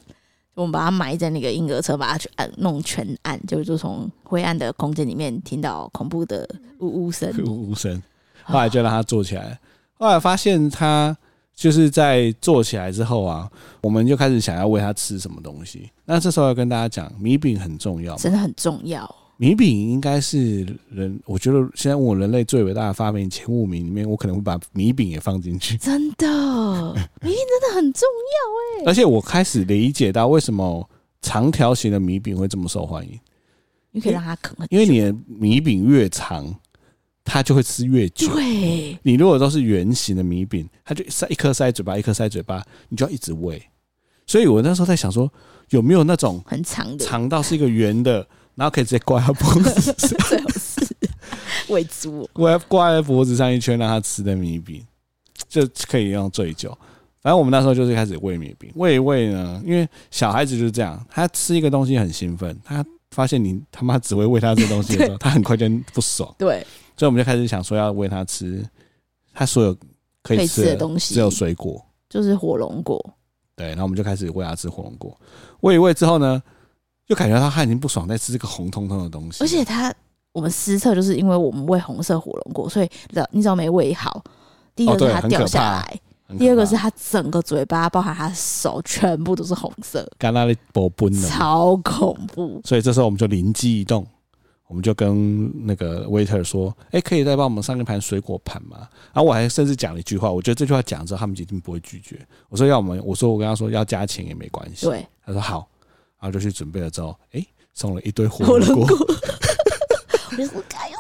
[SPEAKER 2] 我们把他埋在那个婴儿车，把他去按弄全按，就就从灰暗的空间里面听到恐怖的呜呜声。
[SPEAKER 1] 无声。 后来就让他坐起来。后来发现他就是在坐起来之后啊，我们就开始想要喂他吃什么东西。那这时候要跟大家讲，米饼很重要
[SPEAKER 2] 啊，真的很重要，
[SPEAKER 1] 米饼应该是人，我觉得现在问我人类最伟大的发明前五名里面，我可能会把米饼也放进去。
[SPEAKER 3] 真的，明明真的很重
[SPEAKER 1] 而且我开始理解到为什么长条形的米饼会这么受欢迎，
[SPEAKER 2] 你可以让它啃很久
[SPEAKER 1] 因为你的米饼越长，它就会吃越久
[SPEAKER 3] 要。。对，
[SPEAKER 1] 你如果都是圆形的米饼，它就塞一颗塞嘴巴，一颗塞嘴巴，你就要一直喂。所以我那时候在想说，有没有那种
[SPEAKER 2] 很长的，
[SPEAKER 1] 长到是一个圆的，然后可以直接挂在脖子上，
[SPEAKER 2] 最好是 喂猪哦，
[SPEAKER 1] 挂在挂在脖子上一圈让它吃的米饼，就可以用最久。反正我们那时候就是开始喂米饼，喂一喂呢，因为小孩子就是这样，他吃一个东西很兴奋，他发现你他妈只会喂他这东西的时候，他很快就不爽，
[SPEAKER 2] 对，
[SPEAKER 1] 所以我们就开始想说要喂他吃他所有可
[SPEAKER 2] 可
[SPEAKER 1] 以
[SPEAKER 2] 以
[SPEAKER 1] 吃
[SPEAKER 2] 吃的东西
[SPEAKER 1] 只有水果。
[SPEAKER 2] 就是火龙果，
[SPEAKER 1] 对，然后我们就开始喂它吃火龙果，喂一喂之后呢，就感觉到它已经不爽在吃这个红彤彤的东西，
[SPEAKER 2] 而且它我们失策就是因为我们喂红色火龙果，所以你知道你只要没喂好，第一
[SPEAKER 1] 哦
[SPEAKER 2] 个
[SPEAKER 1] 对
[SPEAKER 2] 是它
[SPEAKER 1] 很
[SPEAKER 2] 掉
[SPEAKER 1] 可
[SPEAKER 2] 下
[SPEAKER 1] 怕
[SPEAKER 2] 来，
[SPEAKER 1] 很可
[SPEAKER 2] 第二个
[SPEAKER 1] 怕
[SPEAKER 2] 是它整个嘴巴，包含它手全部都是红色，
[SPEAKER 1] 干那里薄崩了嘛，
[SPEAKER 2] 超恐怖。
[SPEAKER 1] 所以这时候我们就灵机一动，我们就跟那个 waiter 说，哎，可以再帮我们上一盘水果盘吗？然后我还甚至讲了一句话，我觉得这句话讲之后他们一定不会拒绝，我说要我们，我说我跟他说要加钱也没关系，
[SPEAKER 2] 对，
[SPEAKER 1] 他说好，然后就去准备了之后，哎，送了一堆火
[SPEAKER 2] 火
[SPEAKER 1] 龙
[SPEAKER 2] 龙
[SPEAKER 1] 果
[SPEAKER 2] 果，， 我就是该用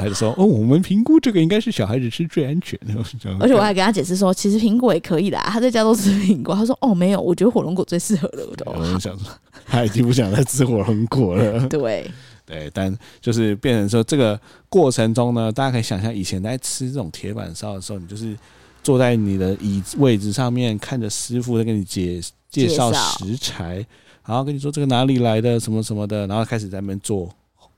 [SPEAKER 1] 还是说哦，我们评估这个应该是小孩子吃最安全的，我想说
[SPEAKER 2] 而且我还跟他解释说，其实苹果也可以的、啊，他在家都吃苹果。他说：“哦，没有，我觉得火龙果最适合了。”我就
[SPEAKER 1] 对
[SPEAKER 2] 哦
[SPEAKER 1] 我
[SPEAKER 2] 好。
[SPEAKER 1] 就想说，他已经不想再吃火龙果了
[SPEAKER 2] 对，
[SPEAKER 1] 对，但就是变成说，这个过程中呢，大家可以想象，以前在吃这种铁板烧的时候，你就是坐在你的椅子位置上面，看着师傅在给你介介绍
[SPEAKER 2] 介绍
[SPEAKER 1] 食材，然后跟你说这个哪里来的，什么什么的，然后开始在那边做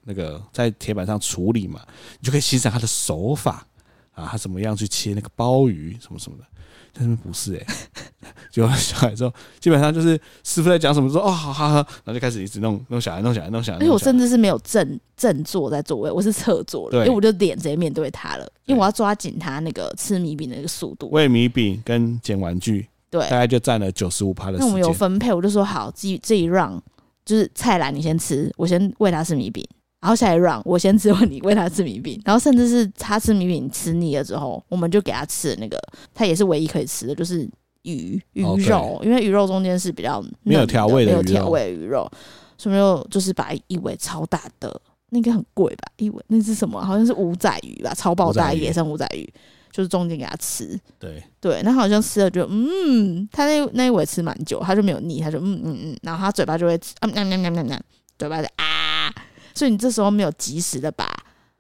[SPEAKER 1] 那个在铁板上处理嘛，你就可以欣赏他的手法啊，他怎么样去切那个鲍鱼什么什么的。但是不是哎、欸， 就小孩之后，基本上就是师傅在讲什么说哦，好好好，然后就开始一直弄弄小孩，弄小孩，弄小孩。
[SPEAKER 2] 而且我
[SPEAKER 1] 弄小孩
[SPEAKER 2] 甚至是没有正正坐在座位，我是侧坐
[SPEAKER 1] 对
[SPEAKER 2] 了，因为我就脸直接面对他了，因为我要抓紧他那个吃米饼的那个速度。
[SPEAKER 1] 喂米饼跟捡玩具，
[SPEAKER 2] 对
[SPEAKER 1] 大，概就占了九十五趴的
[SPEAKER 2] 那我
[SPEAKER 1] 时
[SPEAKER 2] 们有
[SPEAKER 1] 间。
[SPEAKER 2] 分配，我就说好，这一这一 round 就是菜篮你先吃，我先喂他吃米饼，然后下一 round 我 先吃完你喂他吃米饼，然后甚至是他吃米饼吃腻了之后，我们就给他吃那个，他也是唯一可以吃的，就是鱼鱼
[SPEAKER 1] 哦对
[SPEAKER 2] 肉，因为鱼肉中间是比较嫩
[SPEAKER 1] 没有调味的
[SPEAKER 2] 没有
[SPEAKER 1] 鱼
[SPEAKER 2] 调
[SPEAKER 1] 肉
[SPEAKER 2] 味的鱼肉，所以就就是把一尾超大的，那应该很贵吧？一尾那是什么啊？好像是五仔鱼吧，超爆
[SPEAKER 1] 五仔
[SPEAKER 2] 大
[SPEAKER 1] 鱼
[SPEAKER 2] 野生五仔鱼，就是中间给他吃，
[SPEAKER 1] 对，
[SPEAKER 2] 对，那他好像吃了就嗯，他那那一尾吃蛮久，他就没有腻，他就嗯嗯嗯，然后他嘴巴就会吃，嗯嗯嗯嗯嗯嗯，嘴巴就啊，所以你这时候没有及时的把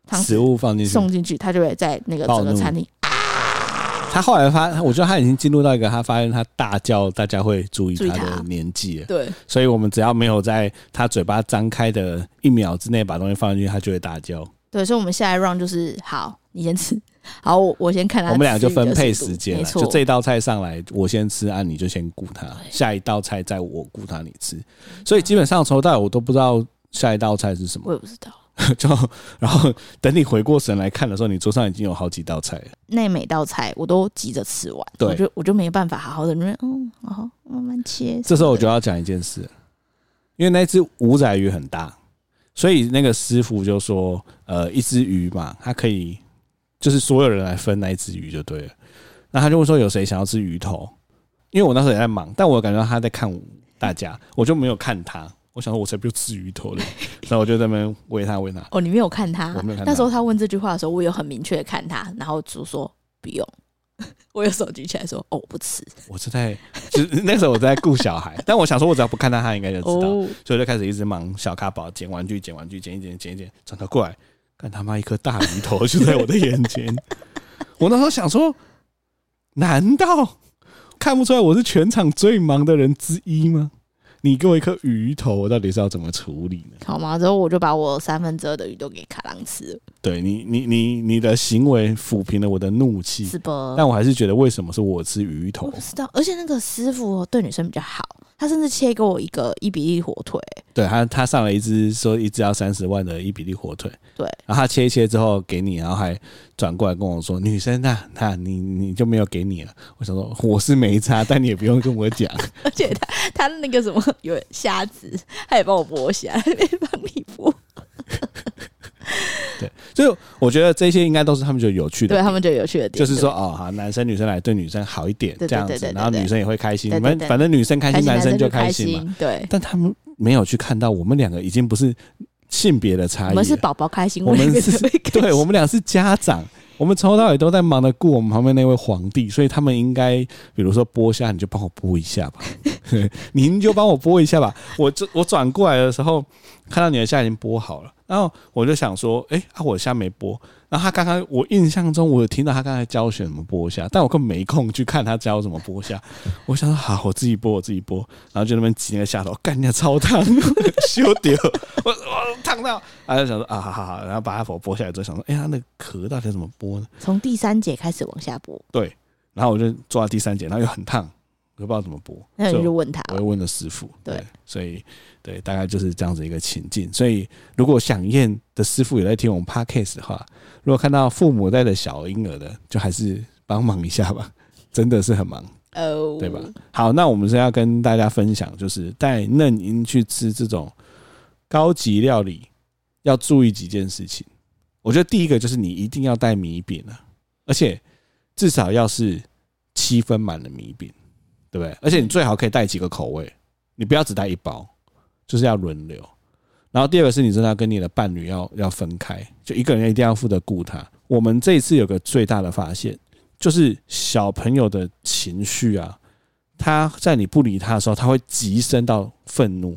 [SPEAKER 2] 汤
[SPEAKER 1] 食
[SPEAKER 2] 匙
[SPEAKER 1] 物放进去。
[SPEAKER 2] 送进去，他就会在那个整
[SPEAKER 1] 暴
[SPEAKER 2] 个
[SPEAKER 1] 怒
[SPEAKER 2] 餐厅，
[SPEAKER 1] 他后来发，我觉得他已经进入到一个他发现他大叫，大家会注意
[SPEAKER 2] 注意
[SPEAKER 1] 他的
[SPEAKER 2] 他
[SPEAKER 1] 年纪了。
[SPEAKER 2] 对
[SPEAKER 1] 所以我们只要没有在他嘴巴张开的一秒之内把东西放进去，他就会大叫。
[SPEAKER 2] 对，所以我们下一 round 就是好，你先吃，好，我我先看他
[SPEAKER 1] 我们俩就
[SPEAKER 2] 吃的
[SPEAKER 1] 分配
[SPEAKER 2] 速度
[SPEAKER 1] 时间
[SPEAKER 2] 没
[SPEAKER 1] 了，
[SPEAKER 2] 错，
[SPEAKER 1] 就这道菜上来，我先吃，啊，你就先顾他，下一道菜再我顾他你吃。所以基本上从头到尾我都不知道下一道菜是什么，
[SPEAKER 2] 我也不知道。
[SPEAKER 1] 就然后等你回过神来看的时候，你桌上已经有好几道菜了。
[SPEAKER 2] 那每道菜我都急着吃完，
[SPEAKER 1] 对
[SPEAKER 2] 我就我就没办法好好的，嗯，好好慢慢切。
[SPEAKER 1] 这时候我就
[SPEAKER 2] 觉得
[SPEAKER 1] 要讲一件事，因为那只五仔鱼很大，所以那个师傅就说，呃，一只鱼嘛，它可以就是所有人来分那一只鱼就对了。那他就会说有谁想要吃鱼头？因为我那时候也在忙，但我感觉到他在看大家，我就没有看他。我想说，我才不吃鱼头嘞，然后我就在那边喂他喂他。
[SPEAKER 2] 哦，你没有看他，
[SPEAKER 1] 我没有看
[SPEAKER 2] 那时
[SPEAKER 1] 他
[SPEAKER 2] 候他问这句话的时候，我有很明确的看他，然后就说不用。 我有手举起来说：“哦，我不吃。
[SPEAKER 1] 我是在，就是那时候我在顾小孩，但我想说，我只要不看他，他应该就”知道。
[SPEAKER 2] 哦，
[SPEAKER 1] 所以我就开始一直忙小咖宝捡玩具，捡玩具，捡一捡，捡一捡，转头过来，看他妈一颗大鱼头就在我的眼前。我那时候想说，难道看不出来我是全场最忙的人之一吗？你给我一颗鱼头，我到底是要怎么处理呢？
[SPEAKER 2] 好吗？之后我就把我三分之二的鱼都给卡郎吃了，
[SPEAKER 1] 对你，你，你，你的行为抚平了我的怒气，
[SPEAKER 2] 是不？
[SPEAKER 1] 但我还是觉得为什么是我吃鱼
[SPEAKER 2] 我
[SPEAKER 1] 头
[SPEAKER 2] 不？知道，而且那个师傅对女生比较好，他甚至切给我一个一比一火腿，
[SPEAKER 1] 对他，他上了一只说一只要三十万的伊比利火腿，
[SPEAKER 2] 对，
[SPEAKER 1] 然后他切一切之后给你，然后还转过来跟我说：“女生啊，那你你就没有给你了。”我想说我是没差，但你也不用跟我讲。
[SPEAKER 2] 而且他他那个什么有虾子，他也帮我剥虾，他也帮你剥，
[SPEAKER 1] 所以我觉得这些应该都是他们觉得有趣的
[SPEAKER 3] 对
[SPEAKER 1] 点，
[SPEAKER 3] 他们就有趣的点，
[SPEAKER 1] 就是说哦，好，男生女生来对女生好一点
[SPEAKER 3] 对对
[SPEAKER 1] 这样
[SPEAKER 3] 对
[SPEAKER 1] 子
[SPEAKER 3] 对，对
[SPEAKER 1] 然后
[SPEAKER 3] 对
[SPEAKER 1] 女生也会开心，
[SPEAKER 3] 对
[SPEAKER 1] 你
[SPEAKER 3] 对
[SPEAKER 1] 们
[SPEAKER 3] 对
[SPEAKER 1] 反正女生开
[SPEAKER 3] 对
[SPEAKER 1] 心，男生
[SPEAKER 3] 就
[SPEAKER 1] 开
[SPEAKER 3] 心
[SPEAKER 1] 心嘛。，
[SPEAKER 3] 对，
[SPEAKER 1] 但他们没有去看到我们两个已经不是性别的差异
[SPEAKER 3] 我
[SPEAKER 1] 了，
[SPEAKER 3] 们是宝宝开心，
[SPEAKER 1] 我们
[SPEAKER 3] 们
[SPEAKER 1] 是对
[SPEAKER 3] 对
[SPEAKER 1] 我们俩是家长，我们从头到尾都在忙着顾我们旁边那位皇帝，所以他们应该，比如说剥虾，你就帮我剥一下吧， 您就帮我剥一下吧。我这我转过来的时候，看到你的虾已经剥好了，然后我就想说，哎、啊，我的虾没剥。然后他刚刚，我印象中我有听到他刚才教学怎么剥虾，但我根本没空去看他教怎么剥虾。我想说好，我自己剥，我自己剥，然后就那边挤那个虾头，干你超烫， 羞丢，我我烫到，然后就想说啊，好好好，然后把它头剥下来之后，想说，哎、它那个壳到底要怎么剥呢？
[SPEAKER 2] 从第三节开始往下播，
[SPEAKER 1] 对，然后我就做到第三节，然后又很烫，我又不知道怎么剥，
[SPEAKER 2] 那
[SPEAKER 1] 所
[SPEAKER 2] 你
[SPEAKER 1] 以
[SPEAKER 2] 就
[SPEAKER 1] 我
[SPEAKER 2] 问他
[SPEAKER 1] 我又问了师傅，
[SPEAKER 2] 对
[SPEAKER 1] 对，所以对，大概就是这样子一个情境。所以如果想验的师傅也在听我们 podcast 的话，如果看到父母带着小婴儿的，就还是帮忙一下吧，真的是很忙。
[SPEAKER 3] 哦，
[SPEAKER 1] 对吧？好，那我们是要跟大家分享，就是带嫩婴去吃这种高级料理，要注意几件事情。我觉得第一个就是你一定要带米饼啊，而且至少要是七分满的米饼，对不对？而且你最好可以带几个口味，你不要只带一包，就是要轮流。然后第二个是你真的要跟你的伴侣要要分开，就一个人一定要负责顾他。我们这一次有个最大的发现，就是小朋友的情绪啊，他在你不理他的时候，他会急升到愤怒，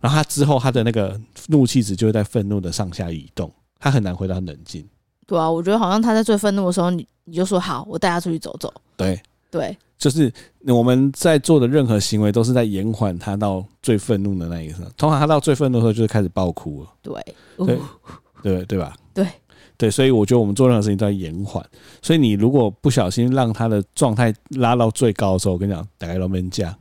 [SPEAKER 1] 然后他之后他的那个怒气值就会在愤怒的上下移动，他很难回到冷静。
[SPEAKER 2] 对啊，我觉得好像他在最愤怒的时候，你你就说好，我带他出去走走。
[SPEAKER 1] 对，
[SPEAKER 2] 对，
[SPEAKER 1] 就是我们在做的任何行为都是在延缓他到最愤怒的那一刻。通常他到最愤怒的时候，就是开始爆哭了。
[SPEAKER 2] 对，
[SPEAKER 1] 对
[SPEAKER 2] 哦
[SPEAKER 1] 对对吧？
[SPEAKER 2] 对
[SPEAKER 1] 对，所以我觉得我们做任何事情都要延缓。所以你如果不小心让他的状态拉到最高的时候，我跟你讲，大概都没人架，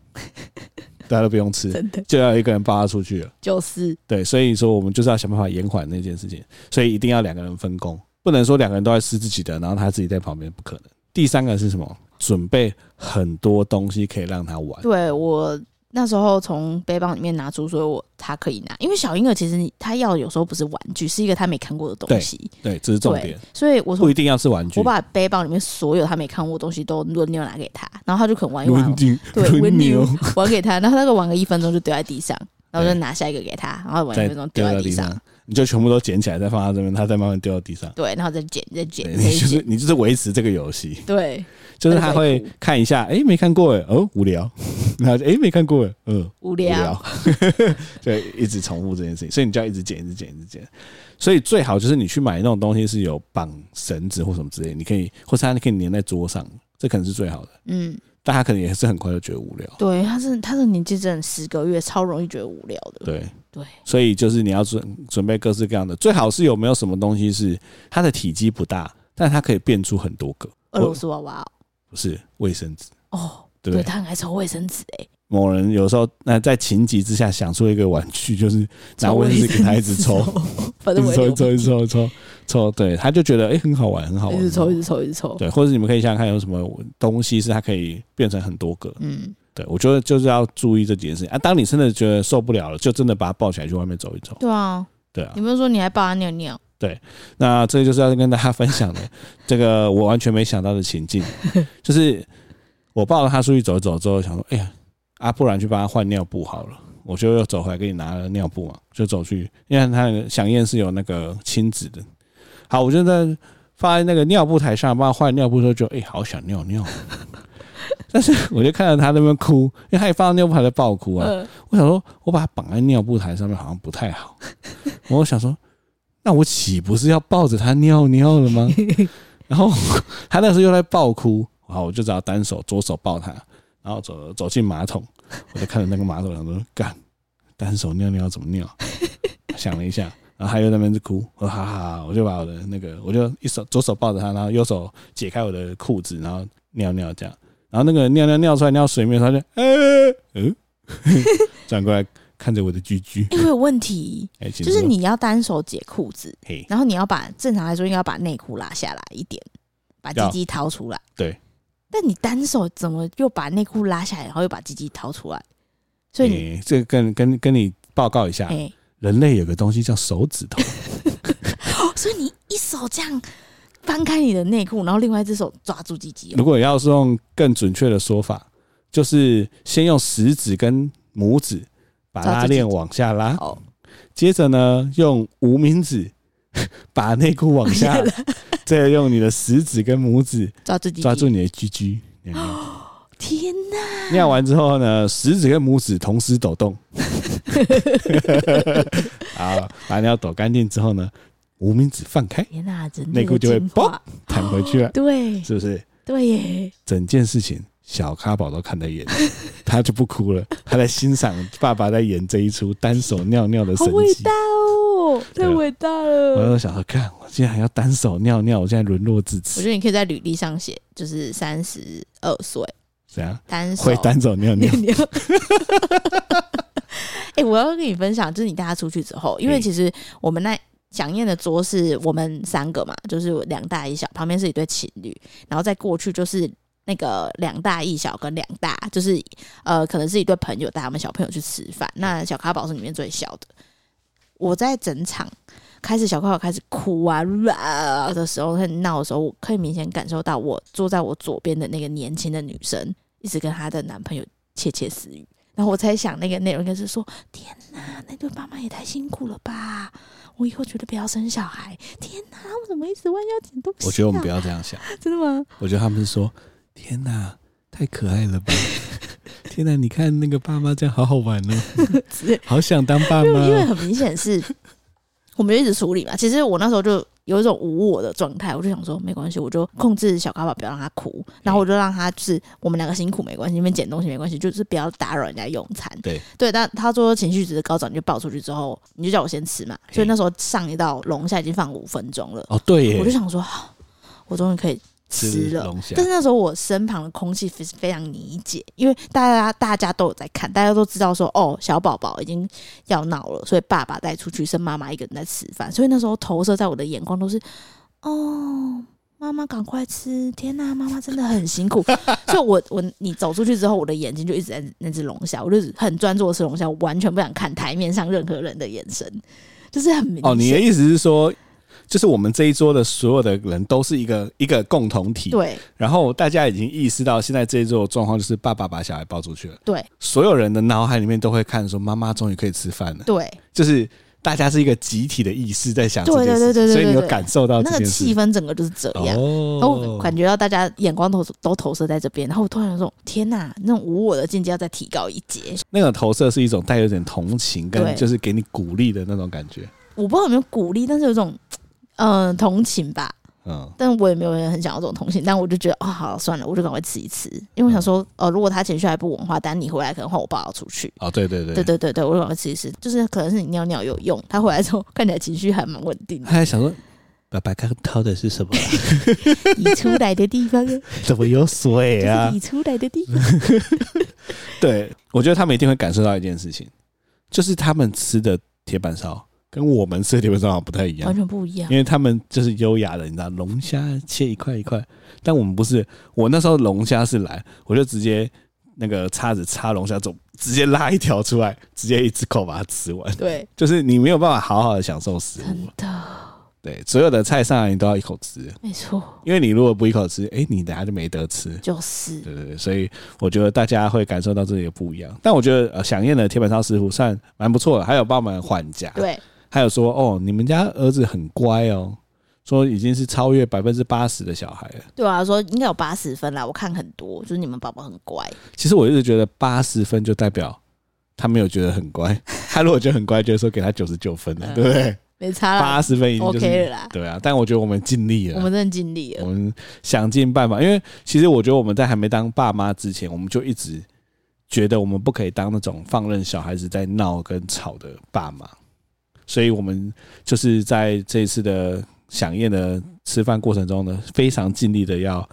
[SPEAKER 1] 大家都不用 吃，
[SPEAKER 3] 真的
[SPEAKER 1] 就要一个人抱他出去了。
[SPEAKER 3] 就是
[SPEAKER 1] 对，所以说我们就是要想办法延缓那件事情，所以一定要两个人分工，不能说两个人都在吃自己的，然后他自己在旁边，不可能。第三个是什么？准备很多东西可以让他玩。
[SPEAKER 2] 对我那时候从背包里面拿出，所以我他可以拿，因为小婴儿其实你他要的有时候不是玩具，是一个他没看过的东西。
[SPEAKER 1] 对，这是重
[SPEAKER 2] 对
[SPEAKER 1] 点，，
[SPEAKER 2] 所以我
[SPEAKER 1] 不
[SPEAKER 2] 从
[SPEAKER 1] 一定要是玩具
[SPEAKER 2] 我。把背包里面所有他没看过的东西都轮流拿给他，然后他就肯玩一玩
[SPEAKER 1] 轮，流，
[SPEAKER 2] 对，
[SPEAKER 1] 轮
[SPEAKER 2] 轮
[SPEAKER 1] 流
[SPEAKER 2] 流玩给他，然后他就玩个一分钟就丢在地上，然后我
[SPEAKER 1] 对
[SPEAKER 2] 就拿下一个给他，然后玩一
[SPEAKER 1] 再
[SPEAKER 2] 分钟
[SPEAKER 1] 丢
[SPEAKER 2] 在
[SPEAKER 1] 到
[SPEAKER 2] 地
[SPEAKER 1] 地上，你就全部都捡起来，再放到这边，他再慢慢丢到地上。
[SPEAKER 2] 对，然后再捡再捡
[SPEAKER 1] 对，
[SPEAKER 2] 再
[SPEAKER 1] 你就是
[SPEAKER 2] 捡，
[SPEAKER 1] 你就是维持这个游戏，
[SPEAKER 2] 对，
[SPEAKER 1] 就是他会看一下，诶，没看过诶，哦，无聊， 然后就诶，没看过诶，嗯，
[SPEAKER 2] 无
[SPEAKER 1] 无
[SPEAKER 2] 聊，，
[SPEAKER 1] 就一直重复这件事情，所以你就要一直剪，一直剪，一直剪。所以最好就是你去买那种东西是有绑绳子或什么之类，你可以或是它可以粘在桌上，这可能是最好的。
[SPEAKER 2] 嗯，
[SPEAKER 1] 但他可能也是很快就觉得无聊，
[SPEAKER 2] 对，他是他的年纪真的十个月，超容易觉得无聊的。
[SPEAKER 1] 对
[SPEAKER 2] 对，
[SPEAKER 1] 所以就是你要准准备各式各样的，最好是有没有什么东西是它的体积不大，但它可以变出很多个，
[SPEAKER 2] 俄罗斯娃娃哦
[SPEAKER 1] 不是卫生纸，
[SPEAKER 2] 哦，
[SPEAKER 1] 对不对？
[SPEAKER 2] 对他很爱抽卫生纸哎，
[SPEAKER 1] 某人有时候那在情急之下想出一个玩具，就是拿
[SPEAKER 2] 抽
[SPEAKER 1] 卫生纸给他一直抽
[SPEAKER 2] 抽，， 反正
[SPEAKER 1] 一
[SPEAKER 2] 我
[SPEAKER 1] 直
[SPEAKER 2] 也
[SPEAKER 1] 抽，一直抽，
[SPEAKER 2] 留
[SPEAKER 1] 一直抽，一直抽，抽，对，他就觉得哎、诶很好玩，很好玩，
[SPEAKER 2] 一直抽，
[SPEAKER 1] 很
[SPEAKER 2] 一
[SPEAKER 1] 好玩
[SPEAKER 2] 直抽，一直抽。
[SPEAKER 1] 对，或者你们可以想想看有什么东西是它可以变成很多个，
[SPEAKER 2] 嗯，
[SPEAKER 1] 对我觉得就是要注意这件事情啊。当你真的觉得受不了了，就真的把它抱起来去外面走一走，
[SPEAKER 2] 对啊，
[SPEAKER 1] 对啊
[SPEAKER 2] 你。不是说你还抱他尿尿？
[SPEAKER 1] 那这就是要跟大家分享的这个我完全没想到的情境，就是我抱着他出去走一走之后，想说，哎呀，啊，不然去帮他换尿布好了。我就又走回来给你拿了尿布嘛，就走去，因为他的响燕是有那个亲子的。好，我就在放在那个尿布台上帮他换尿布的时候就，哎、好想尿尿。但是我就看到他那边哭，因为他一放到尿布台在爆哭啊。
[SPEAKER 2] 呃
[SPEAKER 3] 嗯，
[SPEAKER 1] 我想说，我把它绑在尿布台上面好像不太好。我想说，那我岂不是要抱着它尿尿了 吗？然后他那时候又在爆哭，然后我就只好单手左手抱它，然后走走进马桶，我就看着那个马桶，想说干，单手尿尿怎么 尿？想了一下，然后他又在那边哭，我说哈哈，我就把我的那个，我就一手左手抱着它，然后右手解开我的裤子，然后尿尿这样。然后那个尿尿尿出来尿水面，他就呃 嗯，转过来看着我的居居，
[SPEAKER 2] 哎，我有问 题，
[SPEAKER 1] 哎、请
[SPEAKER 2] 就是
[SPEAKER 1] 说
[SPEAKER 2] 你要单手解裤子，
[SPEAKER 1] 嘿，
[SPEAKER 2] 然后你要把正常来说应该要把内裤拉下来一点，把鸡
[SPEAKER 1] 要
[SPEAKER 2] 鸡掏出来。
[SPEAKER 1] 对。
[SPEAKER 2] 但你单手怎么又把内裤拉下来，然后又把鸡鸡掏出来？所以你
[SPEAKER 1] 哎这个跟跟跟你报告一下，
[SPEAKER 2] 哎，
[SPEAKER 1] 人类有个东西叫手指头，
[SPEAKER 2] 哦所以你一手这样翻开你的内裤，然后另外一只手抓住鸡鸡、哦
[SPEAKER 1] 如果要是用更准确的说法，就是先用食指跟拇指把拉链往下拉，
[SPEAKER 2] 哦，
[SPEAKER 1] 接着呢用无名指 把内裤往下，再用你的食指跟拇指
[SPEAKER 2] 抓住鸡鸡，
[SPEAKER 1] 抓住你的居居。尿尿
[SPEAKER 2] 天哪！
[SPEAKER 1] 尿完之后呢，食指跟拇指同时抖动， 好，把尿抖干净之后呢，无名指放开，
[SPEAKER 2] 天哪，人类的
[SPEAKER 1] 内裤就会
[SPEAKER 2] 进化
[SPEAKER 1] 啵弹回
[SPEAKER 2] 哦
[SPEAKER 1] 去了，
[SPEAKER 2] 对
[SPEAKER 1] 是不是？
[SPEAKER 2] 对耶，
[SPEAKER 1] 整件事情小咖宝都看在眼 里，他就不哭了，他在欣赏爸爸在演这一出单手尿尿的
[SPEAKER 3] 好
[SPEAKER 1] 神
[SPEAKER 3] 伟
[SPEAKER 1] 迹
[SPEAKER 3] 大。哦，
[SPEAKER 1] 对
[SPEAKER 3] 太
[SPEAKER 1] 啊
[SPEAKER 3] 伟大
[SPEAKER 1] 我
[SPEAKER 3] 了。
[SPEAKER 1] 就想说，看我竟然还要单手尿尿，我现在沦落至
[SPEAKER 2] 我
[SPEAKER 1] 此
[SPEAKER 2] 觉，得你可以在履历上写，就是三十二岁，
[SPEAKER 1] 怎样？
[SPEAKER 2] 单手
[SPEAKER 1] 会单手尿 尿
[SPEAKER 2] 尿，尿。哎、我要跟你分享，就是你带他出去之后，因为
[SPEAKER 1] 嗯
[SPEAKER 2] 其实我们那蒋燕的桌是我们三个嘛，就是两大一小，旁边是一对情侣，然后再过去就是那个两大一小跟两大，就是呃，可能是一对朋友带他们小朋友去吃饭。那小咖宝是里面最小的，我在整场。开始小咖宝开始哭啊啦的时候，很闹的时候，我可以明显感受到我坐在我左边的那个年轻的女生，一直跟她的男朋友窃窃私语。然后我在想，那个内容应该是说：“天哪，那对爸妈也太辛苦了吧！我以后绝对不要生小孩。天哪，我怎么一直弯腰捡东西、啊？”
[SPEAKER 1] 我觉得我们不要这样想，
[SPEAKER 2] 真的吗？
[SPEAKER 1] 我觉得他们是说，天哪、太可爱 了吧！天哪、你看那个爸妈这样好好玩哦，好想当爸
[SPEAKER 2] 因为因
[SPEAKER 1] 妈。
[SPEAKER 2] 为
[SPEAKER 1] 哦
[SPEAKER 2] 很明 显是，我们就一直处理嘛。其实我那时候就有一种无我的状态，我就想说没关系，我就控制小咖宝不要让他哭，
[SPEAKER 1] 嗯
[SPEAKER 2] 然后我就让他就是我们两个辛苦没关系，你们捡东西没关系，就是不要打扰人家用餐。
[SPEAKER 1] 对
[SPEAKER 2] 对，但他说情绪值高涨，你就抱出去之后，你就叫我先吃嘛。
[SPEAKER 1] 嘿
[SPEAKER 2] 所以那时候上一道龙虾已经放五分钟了，
[SPEAKER 1] 哦，对
[SPEAKER 2] 我就
[SPEAKER 1] 耶，
[SPEAKER 2] 想说，啊我终于可以吃了。
[SPEAKER 1] 龙虾
[SPEAKER 2] 但，是那时候我身旁的空气非非常理解，因为大家大家都有在看，大家都知道说哦，小宝宝已经要闹了，所以爸爸带出去，剩妈妈一个人在吃饭，所以那时候投射在我的眼光都是哦。妈妈，赶快吃！天呐、妈妈真的很辛苦。所以我，我你走出去之后，我的眼睛就一直在那只龙虾，我就是很专注的吃龙虾，我完全不想看台面上任何人的眼神，就是很明
[SPEAKER 1] 哦，你的
[SPEAKER 2] 显
[SPEAKER 1] 意思是说，就是我们这一桌的所有的人都是一个一个共同体，
[SPEAKER 2] 对
[SPEAKER 1] 然后大家已经意识到现在这一桌的状况就是爸爸把小孩抱出去了，
[SPEAKER 2] 对
[SPEAKER 1] 所有人的脑海里面都会看说妈妈终于可以吃饭了，
[SPEAKER 2] 对，
[SPEAKER 1] 就是大家是一个集体的意识在想这
[SPEAKER 2] 对
[SPEAKER 1] 件
[SPEAKER 2] 对
[SPEAKER 1] 事，
[SPEAKER 2] 对对对
[SPEAKER 1] 所以你有
[SPEAKER 2] 对
[SPEAKER 1] 感受哦到这
[SPEAKER 2] 那个
[SPEAKER 1] 件
[SPEAKER 2] 气
[SPEAKER 1] 事
[SPEAKER 2] 氛整个就是这样。然后我
[SPEAKER 1] 哦，
[SPEAKER 2] 感觉到大家眼光投都投射在这边，然后我突然有种天哪，那种无我的境界要再提高一阶。
[SPEAKER 1] 那个投射是一种带有点同情跟
[SPEAKER 2] 对
[SPEAKER 1] 就是给你鼓励的那种感觉，
[SPEAKER 2] 我不知道有没有鼓励，但是有种嗯、呃同情吧。
[SPEAKER 1] 嗯，
[SPEAKER 2] 但我也没有很想要这种同情，但我就觉得哦，好算了，我就赶快吃一吃，因为我想说，呃，如果他情绪还不稳的话，等你回来可能换我爸爸出去。
[SPEAKER 1] 哦，对对对
[SPEAKER 2] 对对对对，我就赶快吃一吃，就是可能是你尿尿有用，他回来之后看起来情绪还蛮稳定的
[SPEAKER 1] 他。还想说。爸爸刚掏的是什么、啊？
[SPEAKER 2] 你出来的 地方，就啊
[SPEAKER 1] 怎么有水
[SPEAKER 2] 是
[SPEAKER 1] 啊？
[SPEAKER 2] 你出来的地 方。
[SPEAKER 1] 对，我觉得他们一定会感受到一件事情，就是他们吃的铁板烧跟我们吃的铁板烧好像不太一
[SPEAKER 2] 完
[SPEAKER 1] 样，
[SPEAKER 2] 全不一样
[SPEAKER 1] 因。为他们就是优雅的，你知道，龙虾切一块一块，但我们不是。我那时候龙虾是来，我就直接那个叉子插龙虾，走直接拉一条出来，直接一只口把它吃完，
[SPEAKER 2] 对，
[SPEAKER 1] 就是你没有办法好好的享受食物
[SPEAKER 2] 真。的，
[SPEAKER 1] 对，所有的菜上来你都要一口吃，
[SPEAKER 2] 没错，
[SPEAKER 1] 因为你如果不一口吃，哎、你等下就没得吃。
[SPEAKER 2] 就是
[SPEAKER 1] 对对对，所以我觉得大家会感受到这里的不一样。但我觉得呃，响燕的铁板烧师傅算蛮不错的，还有帮我们缓夹，，
[SPEAKER 2] 对。
[SPEAKER 1] 还有说哦，你们家儿子很乖哦，说已经是超越百分之八十的小孩了。
[SPEAKER 2] 对啊，说应该有八十分啦，我看很多，就是你们宝宝很乖，
[SPEAKER 1] 其实我一直觉得八十分就代表他没有觉得很乖， 他如果觉得很乖，就是说给他九十九分了，
[SPEAKER 2] 嗯
[SPEAKER 1] 对不对？
[SPEAKER 2] 没差
[SPEAKER 1] 八
[SPEAKER 2] 啦
[SPEAKER 1] 十分已经就是、
[SPEAKER 2] ，OK 了啦，
[SPEAKER 1] 对啊，但我觉得我们尽力了，
[SPEAKER 2] 我们真的尽力
[SPEAKER 1] 我
[SPEAKER 2] 了，
[SPEAKER 1] 们想尽办法，因为其实我觉得我们在还没当爸妈之前，我们就一直觉得我们不可以当那种放任小孩子在闹跟吵的爸妈，所以我们就是在这一次的响宴的吃饭过程中呢，非常尽力的要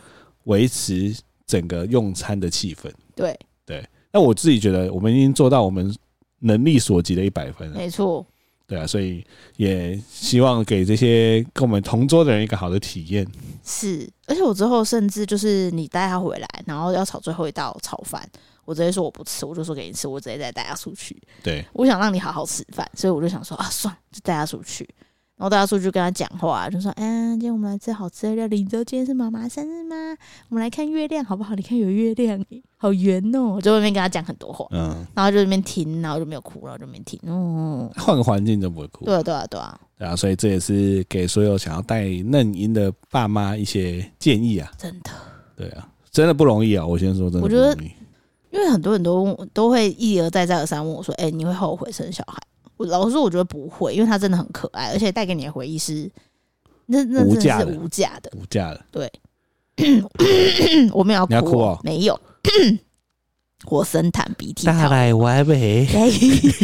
[SPEAKER 1] 维持整个用餐的气氛。
[SPEAKER 2] 对，
[SPEAKER 1] 那我自己觉得，我们已经做到我们能力所及的一百分了，
[SPEAKER 2] 没错，
[SPEAKER 1] 对啊，所以也希望给这些跟我们同桌的人一个好的体验。
[SPEAKER 2] 是。而且我之后甚至就是你带他回来，然后要炒最后一道炒饭，我直接说我不吃，我就说给你吃，我直接带大家出去。
[SPEAKER 1] 对，
[SPEAKER 2] 我想让你好好吃饭，所以我就想说啊，算了，就带他出去。然后带他出去跟他讲话，就说：“嗯，今天我们来吃好吃的料理。你知道今天是妈妈生日吗？我们来看月亮好不好？你看有月亮，好圆哦。”我就在外面跟他讲很多话，
[SPEAKER 1] 嗯，
[SPEAKER 2] 然后就在那边听，然后就没有哭，然后就没听。哦，
[SPEAKER 1] 换个环境就不会哭，
[SPEAKER 2] 对啊，对啊，对啊，
[SPEAKER 1] 对啊，所以这也是给所有想要带嫩婴的爸妈一些建议啊，
[SPEAKER 2] 真的，
[SPEAKER 1] 对啊，真的不容易啊，我先说真的不容
[SPEAKER 2] 我觉
[SPEAKER 1] 易，
[SPEAKER 2] 因为很多人都问我都会一而再再而三问我说：“哎、你会后悔生小孩？”我老实说，我觉得不会，因为他真的很可爱，而且带给你的回忆是那那
[SPEAKER 1] 无
[SPEAKER 2] 真
[SPEAKER 1] 价
[SPEAKER 2] 的
[SPEAKER 1] 的
[SPEAKER 2] 是无价的。
[SPEAKER 1] 无价的，
[SPEAKER 2] 我没有
[SPEAKER 1] 你要
[SPEAKER 2] 哭
[SPEAKER 1] 哭
[SPEAKER 2] 哦、
[SPEAKER 1] 哦
[SPEAKER 2] 没有， 我深淌鼻涕。
[SPEAKER 1] 来玩呗，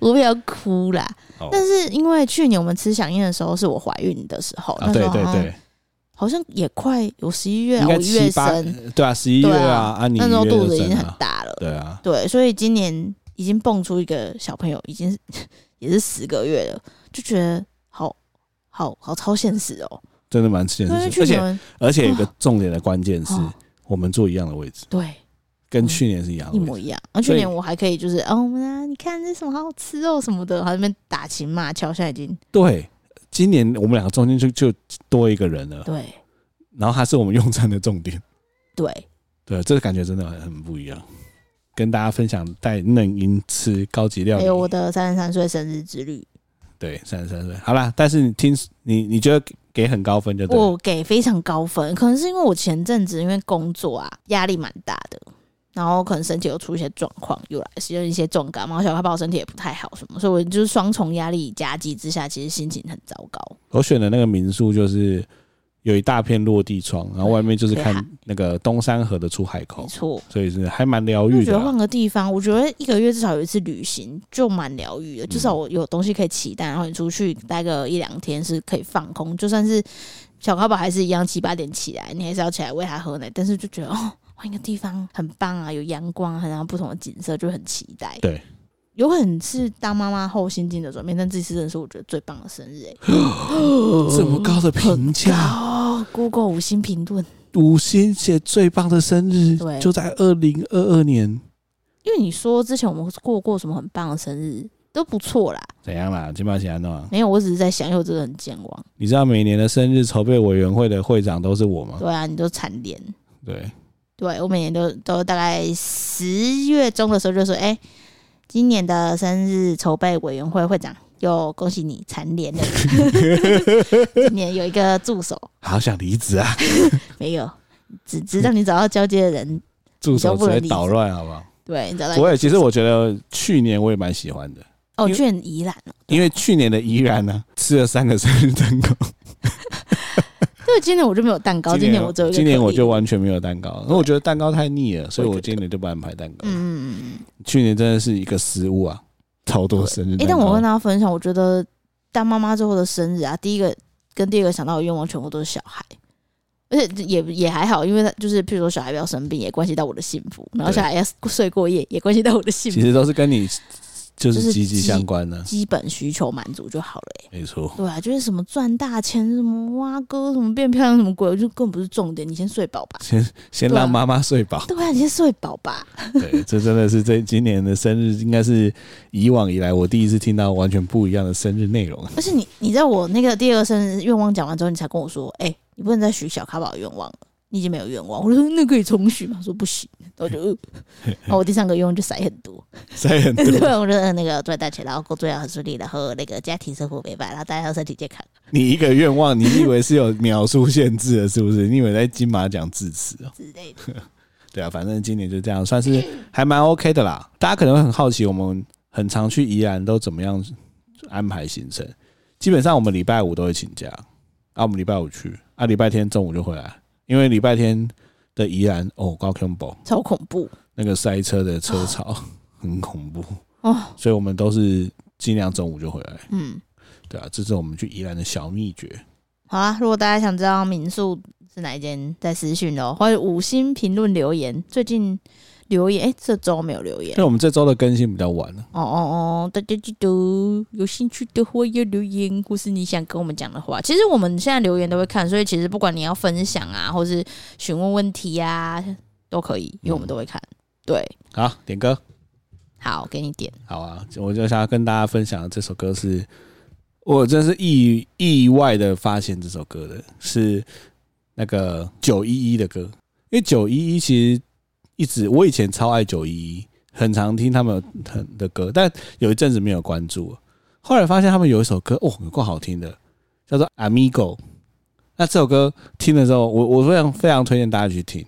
[SPEAKER 2] 我没有哭啦，
[SPEAKER 1] 哦
[SPEAKER 2] 但是因为去年我们吃响应的时候是我怀孕的时候，
[SPEAKER 1] 啊，
[SPEAKER 2] 那
[SPEAKER 1] 对
[SPEAKER 2] 时候
[SPEAKER 1] 对
[SPEAKER 2] 好像
[SPEAKER 1] 对，
[SPEAKER 2] 好像也快有十一月啊，
[SPEAKER 1] 应该
[SPEAKER 2] 我一月
[SPEAKER 1] 七八
[SPEAKER 2] 生，
[SPEAKER 1] 对啊，十一月
[SPEAKER 2] 对啊
[SPEAKER 1] 啊，啊，你
[SPEAKER 2] 那时候
[SPEAKER 1] 一月
[SPEAKER 2] 肚
[SPEAKER 1] 就
[SPEAKER 2] 子已
[SPEAKER 1] 生
[SPEAKER 2] 经很
[SPEAKER 1] 了
[SPEAKER 2] 大了，
[SPEAKER 1] 对啊，
[SPEAKER 2] 对，所以今年已经蹦出一个小朋友，已经是 也是十个月了，就觉得好好好超现实哦、
[SPEAKER 1] 真的蛮吃
[SPEAKER 2] 因
[SPEAKER 1] 现
[SPEAKER 2] 为
[SPEAKER 1] 实，
[SPEAKER 2] 去
[SPEAKER 1] 而且
[SPEAKER 2] 年啊
[SPEAKER 1] 而且有一个重点的关键是
[SPEAKER 2] 哦，
[SPEAKER 1] 我们坐一样的位置，
[SPEAKER 2] 对。
[SPEAKER 1] 跟
[SPEAKER 2] 嗯
[SPEAKER 1] 去年是一样
[SPEAKER 2] 一
[SPEAKER 1] 的位置，
[SPEAKER 2] 模一样。然后去
[SPEAKER 1] 所以
[SPEAKER 2] 年我还可以就是，哦，我们啊，你看这什么好好吃哦什么的，还在那边打情骂俏，现在已经
[SPEAKER 1] 对。今年我们两个中间就就多一个人了，
[SPEAKER 2] 对
[SPEAKER 1] 然后他是我们用餐的重点，
[SPEAKER 2] 对，
[SPEAKER 1] 对，这个感觉真的很很不一样。跟大家分享带嫩婴吃高级料
[SPEAKER 2] 还
[SPEAKER 1] 理，
[SPEAKER 2] 有哎我的三十三岁生日之旅，
[SPEAKER 1] 对，三十三岁，好啦。但是你听，你你觉得给给很高分就对了，
[SPEAKER 2] 我给非常高分，可能是因为我前阵子因为工作啊压力蛮大的。然后可能身体有出一些状况，有来是有一些重感冒，小孩怕我身体也不太好什么，所以我就是双重压力夹击之下，其实心情很糟糕。
[SPEAKER 1] 我选的那个民宿就是有一大片落地窗，然后外面就是
[SPEAKER 2] 对
[SPEAKER 1] 看
[SPEAKER 2] 海
[SPEAKER 1] 那个东山河的出海
[SPEAKER 2] 没
[SPEAKER 1] 口，
[SPEAKER 2] 错，
[SPEAKER 1] 所以是还蛮疗
[SPEAKER 2] 我
[SPEAKER 1] 愈
[SPEAKER 2] 觉
[SPEAKER 1] 的啊
[SPEAKER 2] 得
[SPEAKER 1] 啦。
[SPEAKER 2] 换个地方，我觉得一个月至少有一次旅行就蛮疗
[SPEAKER 1] 嗯
[SPEAKER 2] 愈的，至少我有东西可以期待，然后你出去待个一两天是可以放空，就算是小咖宝还是一样七八点起来，你还是要起来喂他喝奶，但是就觉得哦， 换一个地方很棒啊，有阳光啊，然后不同的景色就很期待。
[SPEAKER 1] 对，
[SPEAKER 2] 有可能是当妈妈后心境的转变，但这次真的是我觉得最棒的生日哎、
[SPEAKER 1] 这么高的评价，
[SPEAKER 2] 哦，Google 五星评论，
[SPEAKER 1] 五星写最棒的生日
[SPEAKER 2] 对
[SPEAKER 1] 就在二零二二年，
[SPEAKER 2] 因为你说之前我们过过什么很棒的生日都不错啦，
[SPEAKER 1] 怎样啦？金马喜安诺，啊
[SPEAKER 2] 没有，我只是在想，因为我真的很健忘。
[SPEAKER 1] 你知道每年的生日筹备委员会的会长都是我吗？
[SPEAKER 2] 对啊，你都蝉联。
[SPEAKER 1] 对，
[SPEAKER 2] 对我每年都都大概十月中的时候就说，哎、今年的生日筹备委员会会长又恭喜你蝉联了， 今年有一个助手
[SPEAKER 1] 好想离职啊！
[SPEAKER 2] 没有，只只让你找到交接的人，
[SPEAKER 1] 助手直接捣乱，好不好？
[SPEAKER 2] 对你找到
[SPEAKER 1] 我也其实我觉得去年我也蛮喜欢的，
[SPEAKER 2] 哦，卷宜兰哦，
[SPEAKER 1] 因为去年的怡然呢、吃了三个生日蛋 糕，
[SPEAKER 2] 对，今年我就没有蛋糕，今年我只有一个
[SPEAKER 1] 今年我
[SPEAKER 2] 可以
[SPEAKER 1] 就完全没有蛋糕，因为我觉得蛋糕太腻了，所以我今年就不安排蛋糕。
[SPEAKER 2] 嗯嗯嗯嗯。
[SPEAKER 1] 去年真的是一个失误啊，超多生日
[SPEAKER 2] 哎、
[SPEAKER 1] 蛋糕。
[SPEAKER 2] 但我跟大家分享，我觉得当妈妈之后的生日啊，第一个跟第二个想到的愿望全部都是小孩，而且也也还好，因为他就是譬如说小孩不要生病，也关系到我的幸福；然后
[SPEAKER 1] 对
[SPEAKER 2] 小孩要睡过夜，也关系到我的幸
[SPEAKER 1] 其
[SPEAKER 2] 福。
[SPEAKER 1] 实都是跟你就是
[SPEAKER 2] 就是
[SPEAKER 1] 息息
[SPEAKER 2] 基
[SPEAKER 1] 相关的，
[SPEAKER 2] 基本需求满足就好了、欸，
[SPEAKER 1] 没错。
[SPEAKER 2] 对啊，就是什么赚大钱，什么挖哥，什么变漂亮，什么鬼，就根本不是重点。你先睡饱吧，
[SPEAKER 1] 先先
[SPEAKER 2] 对啊
[SPEAKER 1] 让妈妈睡 饱，
[SPEAKER 2] 对啊，你先睡饱吧。
[SPEAKER 1] 对，这真的是这今年的生日，应该是以往以来我第一次听到完全不一样的生日内容。
[SPEAKER 2] 而且你，你在我那个第二个生日愿望讲完之后，你才跟我说，哎、你不能再许小咖宝的愿望了，你已经没有愿望。我就说那可以重许吗？他说不行，然后我就，呃然后我第三个愿望就塞很多，
[SPEAKER 1] 塞很
[SPEAKER 2] 对，
[SPEAKER 1] 多，
[SPEAKER 2] 我就呃那个赚大钱，然后工作要很顺利，然后那个家庭生活美满，然后大家要身体健康。
[SPEAKER 1] 你一个愿望，你以为是有描述限制的，是不是？你以为在金马奖致辞哦？
[SPEAKER 2] 之类的，
[SPEAKER 1] 对啊，反正今年就这样，算是还蛮 OK 的啦。大家可能会很好奇，我们很常去宜兰都怎么样安排行程？基本上我们礼拜五都会请假，啊，我们礼拜五去，啊，礼拜天中午就回来，因为礼拜天的宜兰哦，高 combo
[SPEAKER 2] 超恐怖
[SPEAKER 1] 那个塞车的车潮很恐怖，
[SPEAKER 2] 哦。
[SPEAKER 1] 所以我们都是尽量中午就回来。
[SPEAKER 2] 嗯，
[SPEAKER 1] 对啊，这是我们去宜兰的小秘诀。
[SPEAKER 2] 好啊，如果大家想知道民宿是哪一间，在私讯哦，或者五星评论留言。最近留言，哎、这周没有留言
[SPEAKER 1] 因。为我们这周的更新比较晚了，啊
[SPEAKER 2] 哦哦哦，大家记得有兴趣的话要留言，或是你想跟我们讲的话，其实我们现在留言都会看，所以
[SPEAKER 1] 嗯
[SPEAKER 2] 其实不管你要分享啊，或是询问问题啊，都可以，因为我们都会看。
[SPEAKER 3] 对，
[SPEAKER 1] 好，点歌，
[SPEAKER 3] 好，给你点。
[SPEAKER 1] 好啊，我就想要跟大家分享的这首歌是，我真是意意外的发现这首歌的是那个九一一的歌，因为九一一其实一直我以前超爱九一一，很常听他们很的歌，但有一阵子没有关注了，后来发现他们有一首歌哦，有够好听的，叫做《Amigo》。那这首歌听的时候，我我非常非常推荐大家去听，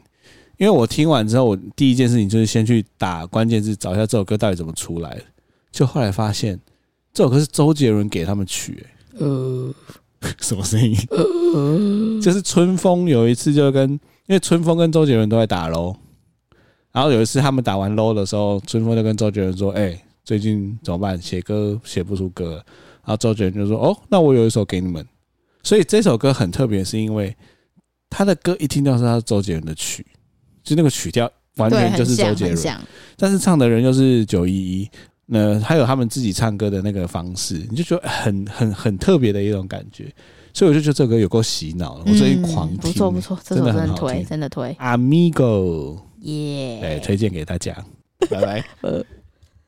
[SPEAKER 1] 因为我听完之后，我第一件事情就是先去打关键字找一下这首歌到底怎么出来的。就后来发现，这首歌是周杰伦给他们取、
[SPEAKER 3] 呃，
[SPEAKER 1] 欸 什么声音？
[SPEAKER 2] 呃
[SPEAKER 1] 就是春风有一次就跟，因为春风跟周杰伦都在打 LO，然后有一次他们打完 LO 的时候，春风就跟周杰伦说：“哎、最近怎么办？写歌写不出歌了。”然后周杰伦就说：“哦，那我有一首给你们。”所以这首歌很特别，是因为他的歌一听到是他周杰伦的曲，就那个曲调完
[SPEAKER 2] 对，
[SPEAKER 1] 全啊就
[SPEAKER 2] 很
[SPEAKER 1] 是周
[SPEAKER 2] 像，
[SPEAKER 1] 杰
[SPEAKER 2] 很
[SPEAKER 1] 伦。
[SPEAKER 2] 像。
[SPEAKER 1] 但是唱的人又是九一一，那还有他们自己唱歌的那个方式，你就觉得很很很特别的一种感觉，所以我就觉得这首歌有够洗脑了，哦我最近狂
[SPEAKER 2] 嗯
[SPEAKER 1] 听、
[SPEAKER 2] 不错不错，这
[SPEAKER 1] 真
[SPEAKER 2] 首
[SPEAKER 1] 的
[SPEAKER 2] 真
[SPEAKER 1] 很
[SPEAKER 2] 的
[SPEAKER 1] 好
[SPEAKER 2] 推，
[SPEAKER 1] 听。
[SPEAKER 2] 真的推，
[SPEAKER 1] Amigo，
[SPEAKER 2] 耶！
[SPEAKER 1] 哎，推荐给大家，拜拜。
[SPEAKER 3] 呃